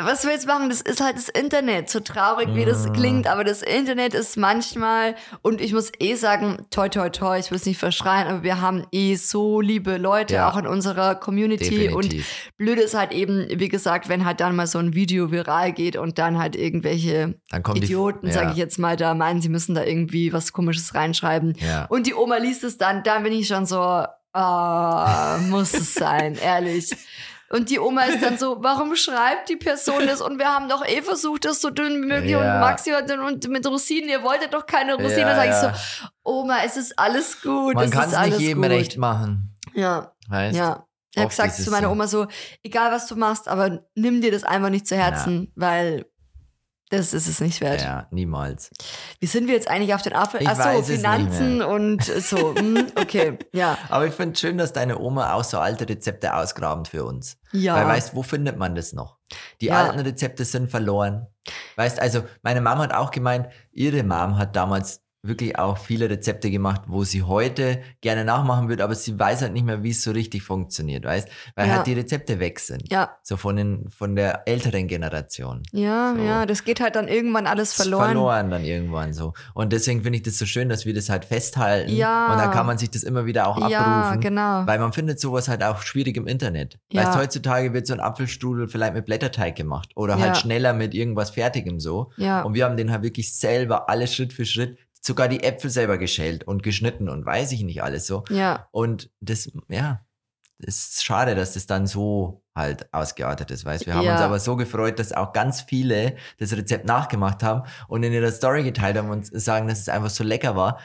Speaker 1: was willst du machen? Das ist halt das Internet. So traurig, wie das
Speaker 2: Mm.
Speaker 1: klingt, aber das Internet ist manchmal, und ich muss eh sagen, toi, toi, toi, ich will es nicht verschreien, aber wir haben eh so liebe Leute,
Speaker 2: Ja.
Speaker 1: auch in unserer Community. Und
Speaker 2: Definitiv.
Speaker 1: blöd ist halt eben, wie gesagt, wenn halt dann mal so ein Video viral geht und dann halt irgendwelche
Speaker 2: dann kommen
Speaker 1: Idioten,
Speaker 2: die,
Speaker 1: sage ich jetzt mal, da meinen, sie müssen da irgendwie was Komisches reinschreiben.
Speaker 2: Ja.
Speaker 1: Und die Oma liest es dann, dann bin ich schon so, ah, muss es sein, ehrlich. Und die Oma ist dann so, warum schreibt die Person das? Und wir haben doch eh versucht, das so dünn wie möglich.
Speaker 2: Ja.
Speaker 1: Und Maxi hat dann und mit Rosinen, ihr wolltet doch keine
Speaker 2: Ja,
Speaker 1: Rosinen. da sage
Speaker 2: ja.
Speaker 1: ich so, Oma, es ist alles gut.
Speaker 2: Man
Speaker 1: es
Speaker 2: kann
Speaker 1: ist
Speaker 2: es
Speaker 1: alles
Speaker 2: nicht jedem
Speaker 1: gut.
Speaker 2: recht machen.
Speaker 1: Ja,
Speaker 2: Weißt?
Speaker 1: ja. Ich habe
Speaker 2: Oft
Speaker 1: gesagt
Speaker 2: ist es
Speaker 1: zu meiner
Speaker 2: so.
Speaker 1: Oma so, egal was du machst, aber nimm dir das einfach nicht zu Herzen, weil das ist es nicht wert.
Speaker 2: ja, niemals.
Speaker 1: Wie sind wir jetzt eigentlich auf den Apfel?
Speaker 2: Ich
Speaker 1: Ach
Speaker 2: weiß
Speaker 1: so,
Speaker 2: es nicht
Speaker 1: Finanzen und so. hm, Okay, ja.
Speaker 2: Aber ich finde es schön, dass deine Oma auch so alte Rezepte ausgraben für uns.
Speaker 1: Ja.
Speaker 2: Weil weißt, wo findet man das noch? Die
Speaker 1: Ja.
Speaker 2: alten Rezepte sind verloren. Weißt, also meine Mama hat auch gemeint, ihre Mom hat damals wirklich auch viele Rezepte gemacht, wo sie heute gerne nachmachen würde, aber sie weiß halt nicht mehr, wie es so richtig funktioniert, weißt? Weil
Speaker 1: Ja.
Speaker 2: halt die Rezepte weg sind.
Speaker 1: ja,
Speaker 2: So von, den, von der älteren Generation.
Speaker 1: ja,
Speaker 2: So.
Speaker 1: ja, das geht halt dann irgendwann alles
Speaker 2: Ist
Speaker 1: verloren.
Speaker 2: verloren dann irgendwann so. Und deswegen finde ich das so schön, dass wir das halt festhalten.
Speaker 1: Ja.
Speaker 2: Und dann kann man sich das immer wieder auch abrufen.
Speaker 1: Ja, genau.
Speaker 2: Weil man findet sowas halt auch schwierig im Internet.
Speaker 1: Ja.
Speaker 2: Weißt, heutzutage wird so ein Apfelstrudel vielleicht mit Blätterteig gemacht oder halt
Speaker 1: Ja.
Speaker 2: schneller mit irgendwas Fertigem so.
Speaker 1: Ja,
Speaker 2: Und wir haben den halt wirklich selber alles Schritt für Schritt, sogar die Äpfel selber geschält und geschnitten und weiß ich nicht alles so.
Speaker 1: ja,
Speaker 2: Und das, ja, das ist schade, dass das dann so halt ausgeartet ist, weißt Wir haben
Speaker 1: Ja.
Speaker 2: uns aber so gefreut, dass auch ganz viele das Rezept nachgemacht haben und in ihrer Story geteilt haben und sagen, dass es einfach so lecker war.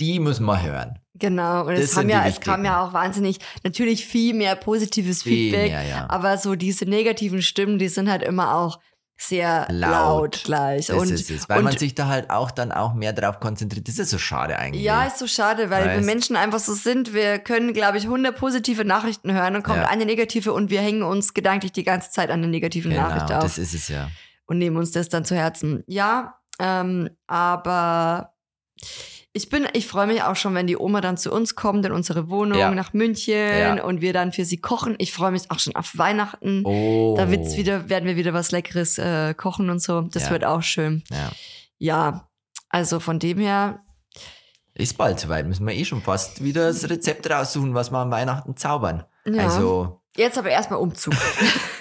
Speaker 2: Die müssen wir hören.
Speaker 1: genau. Und
Speaker 2: Das
Speaker 1: es kam
Speaker 2: sind die
Speaker 1: ja, es kam
Speaker 2: wichtigen.
Speaker 1: ja auch wahnsinnig, natürlich viel mehr positives
Speaker 2: Viel
Speaker 1: Feedback,
Speaker 2: mehr, ja.
Speaker 1: aber so diese negativen Stimmen, die sind halt immer auch sehr laut,
Speaker 2: Laut.
Speaker 1: gleich.
Speaker 2: Das
Speaker 1: und
Speaker 2: ist es, weil
Speaker 1: und-
Speaker 2: man sich da halt auch dann auch mehr drauf konzentriert. Das ist so schade eigentlich.
Speaker 1: ja, ist so schade, weil wir
Speaker 2: Weißt.
Speaker 1: Menschen einfach so sind. Wir können, glaube ich, 100 positive Nachrichten hören und kommt
Speaker 2: Ja.
Speaker 1: eine negative und wir hängen uns gedanklich die ganze Zeit an der negativen
Speaker 2: genau,
Speaker 1: Nachricht auf.
Speaker 2: das ist es ja.
Speaker 1: und nehmen uns das dann zu Herzen. Ja, ähm, aber ich bin, ich freue mich auch schon, wenn die Oma dann zu uns kommt in unsere Wohnung
Speaker 2: Ja.
Speaker 1: nach München
Speaker 2: Ja.
Speaker 1: und wir dann für sie kochen. Ich freue mich auch schon auf Weihnachten.
Speaker 2: Oh.
Speaker 1: Da wird's wieder, werden wir wieder was Leckeres äh, kochen und so. Das
Speaker 2: Ja.
Speaker 1: wird auch schön.
Speaker 2: Ja.
Speaker 1: Ja, also von dem her,
Speaker 2: Ist bald soweit, müssen wir eh schon fast wieder das Rezept raussuchen, was wir an Weihnachten zaubern.
Speaker 1: ja.
Speaker 2: Also,
Speaker 1: Jetzt aber erstmal Umzug.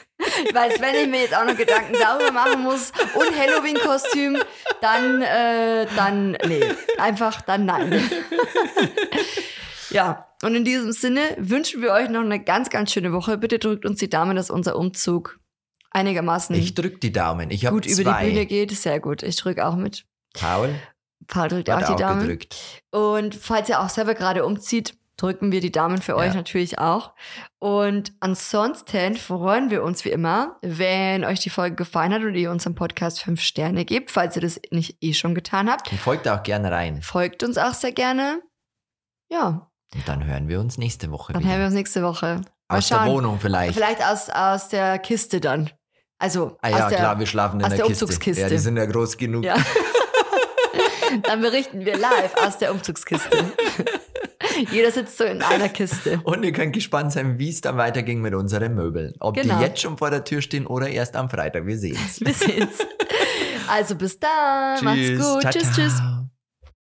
Speaker 1: Weil wenn ich mir jetzt auch noch Gedanken darüber machen muss und Halloween-Kostüm, dann, äh, dann, nee, einfach dann nein. ja, und in diesem Sinne wünschen wir euch noch eine ganz, ganz schöne Woche. Bitte drückt uns die Daumen, dass unser Umzug einigermaßen
Speaker 2: ich drück die Daumen. Ich habe
Speaker 1: Mhm. gut über die Bühne
Speaker 2: zwei.
Speaker 1: geht. Sehr gut, ich drücke auch mit.
Speaker 2: Paul
Speaker 1: Paul drückt auch
Speaker 2: hat
Speaker 1: die
Speaker 2: auch
Speaker 1: Daumen.
Speaker 2: gedrückt.
Speaker 1: Und falls ihr auch selber gerade umzieht, drücken wir die Daumen für euch
Speaker 2: Ja.
Speaker 1: natürlich auch. Und ansonsten freuen wir uns wie immer, wenn euch die Folge gefallen hat und ihr unserem Podcast fünf Sterne gebt, falls ihr das nicht eh schon getan habt.
Speaker 2: Und folgt auch gerne rein.
Speaker 1: Folgt uns auch sehr gerne. Ja,
Speaker 2: Und dann hören wir uns nächste Woche
Speaker 1: dann
Speaker 2: wieder.
Speaker 1: hören wir uns nächste Woche. Mal
Speaker 2: Aus der
Speaker 1: schauen.
Speaker 2: Wohnung vielleicht.
Speaker 1: Vielleicht aus, aus der Kiste dann. Also
Speaker 2: ah ja,
Speaker 1: aus der,
Speaker 2: klar, wir schlafen in
Speaker 1: aus
Speaker 2: der,
Speaker 1: der
Speaker 2: Kiste.
Speaker 1: Umzugskiste.
Speaker 2: Ja, die sind ja groß genug.
Speaker 1: Ja. dann berichten wir live aus der Umzugskiste. Jeder sitzt so in einer Kiste.
Speaker 2: Und ihr könnt gespannt sein, wie es dann weiterging mit unseren Möbeln. Ob
Speaker 1: Genau.
Speaker 2: die jetzt schon vor der Tür stehen oder erst am Freitag. Wir sehen's.
Speaker 1: Wir sehen's. Also bis dann.
Speaker 2: Tschüss.
Speaker 1: Macht's gut.
Speaker 2: Ciao,
Speaker 1: tschüss,
Speaker 2: ciao.
Speaker 1: tschüss.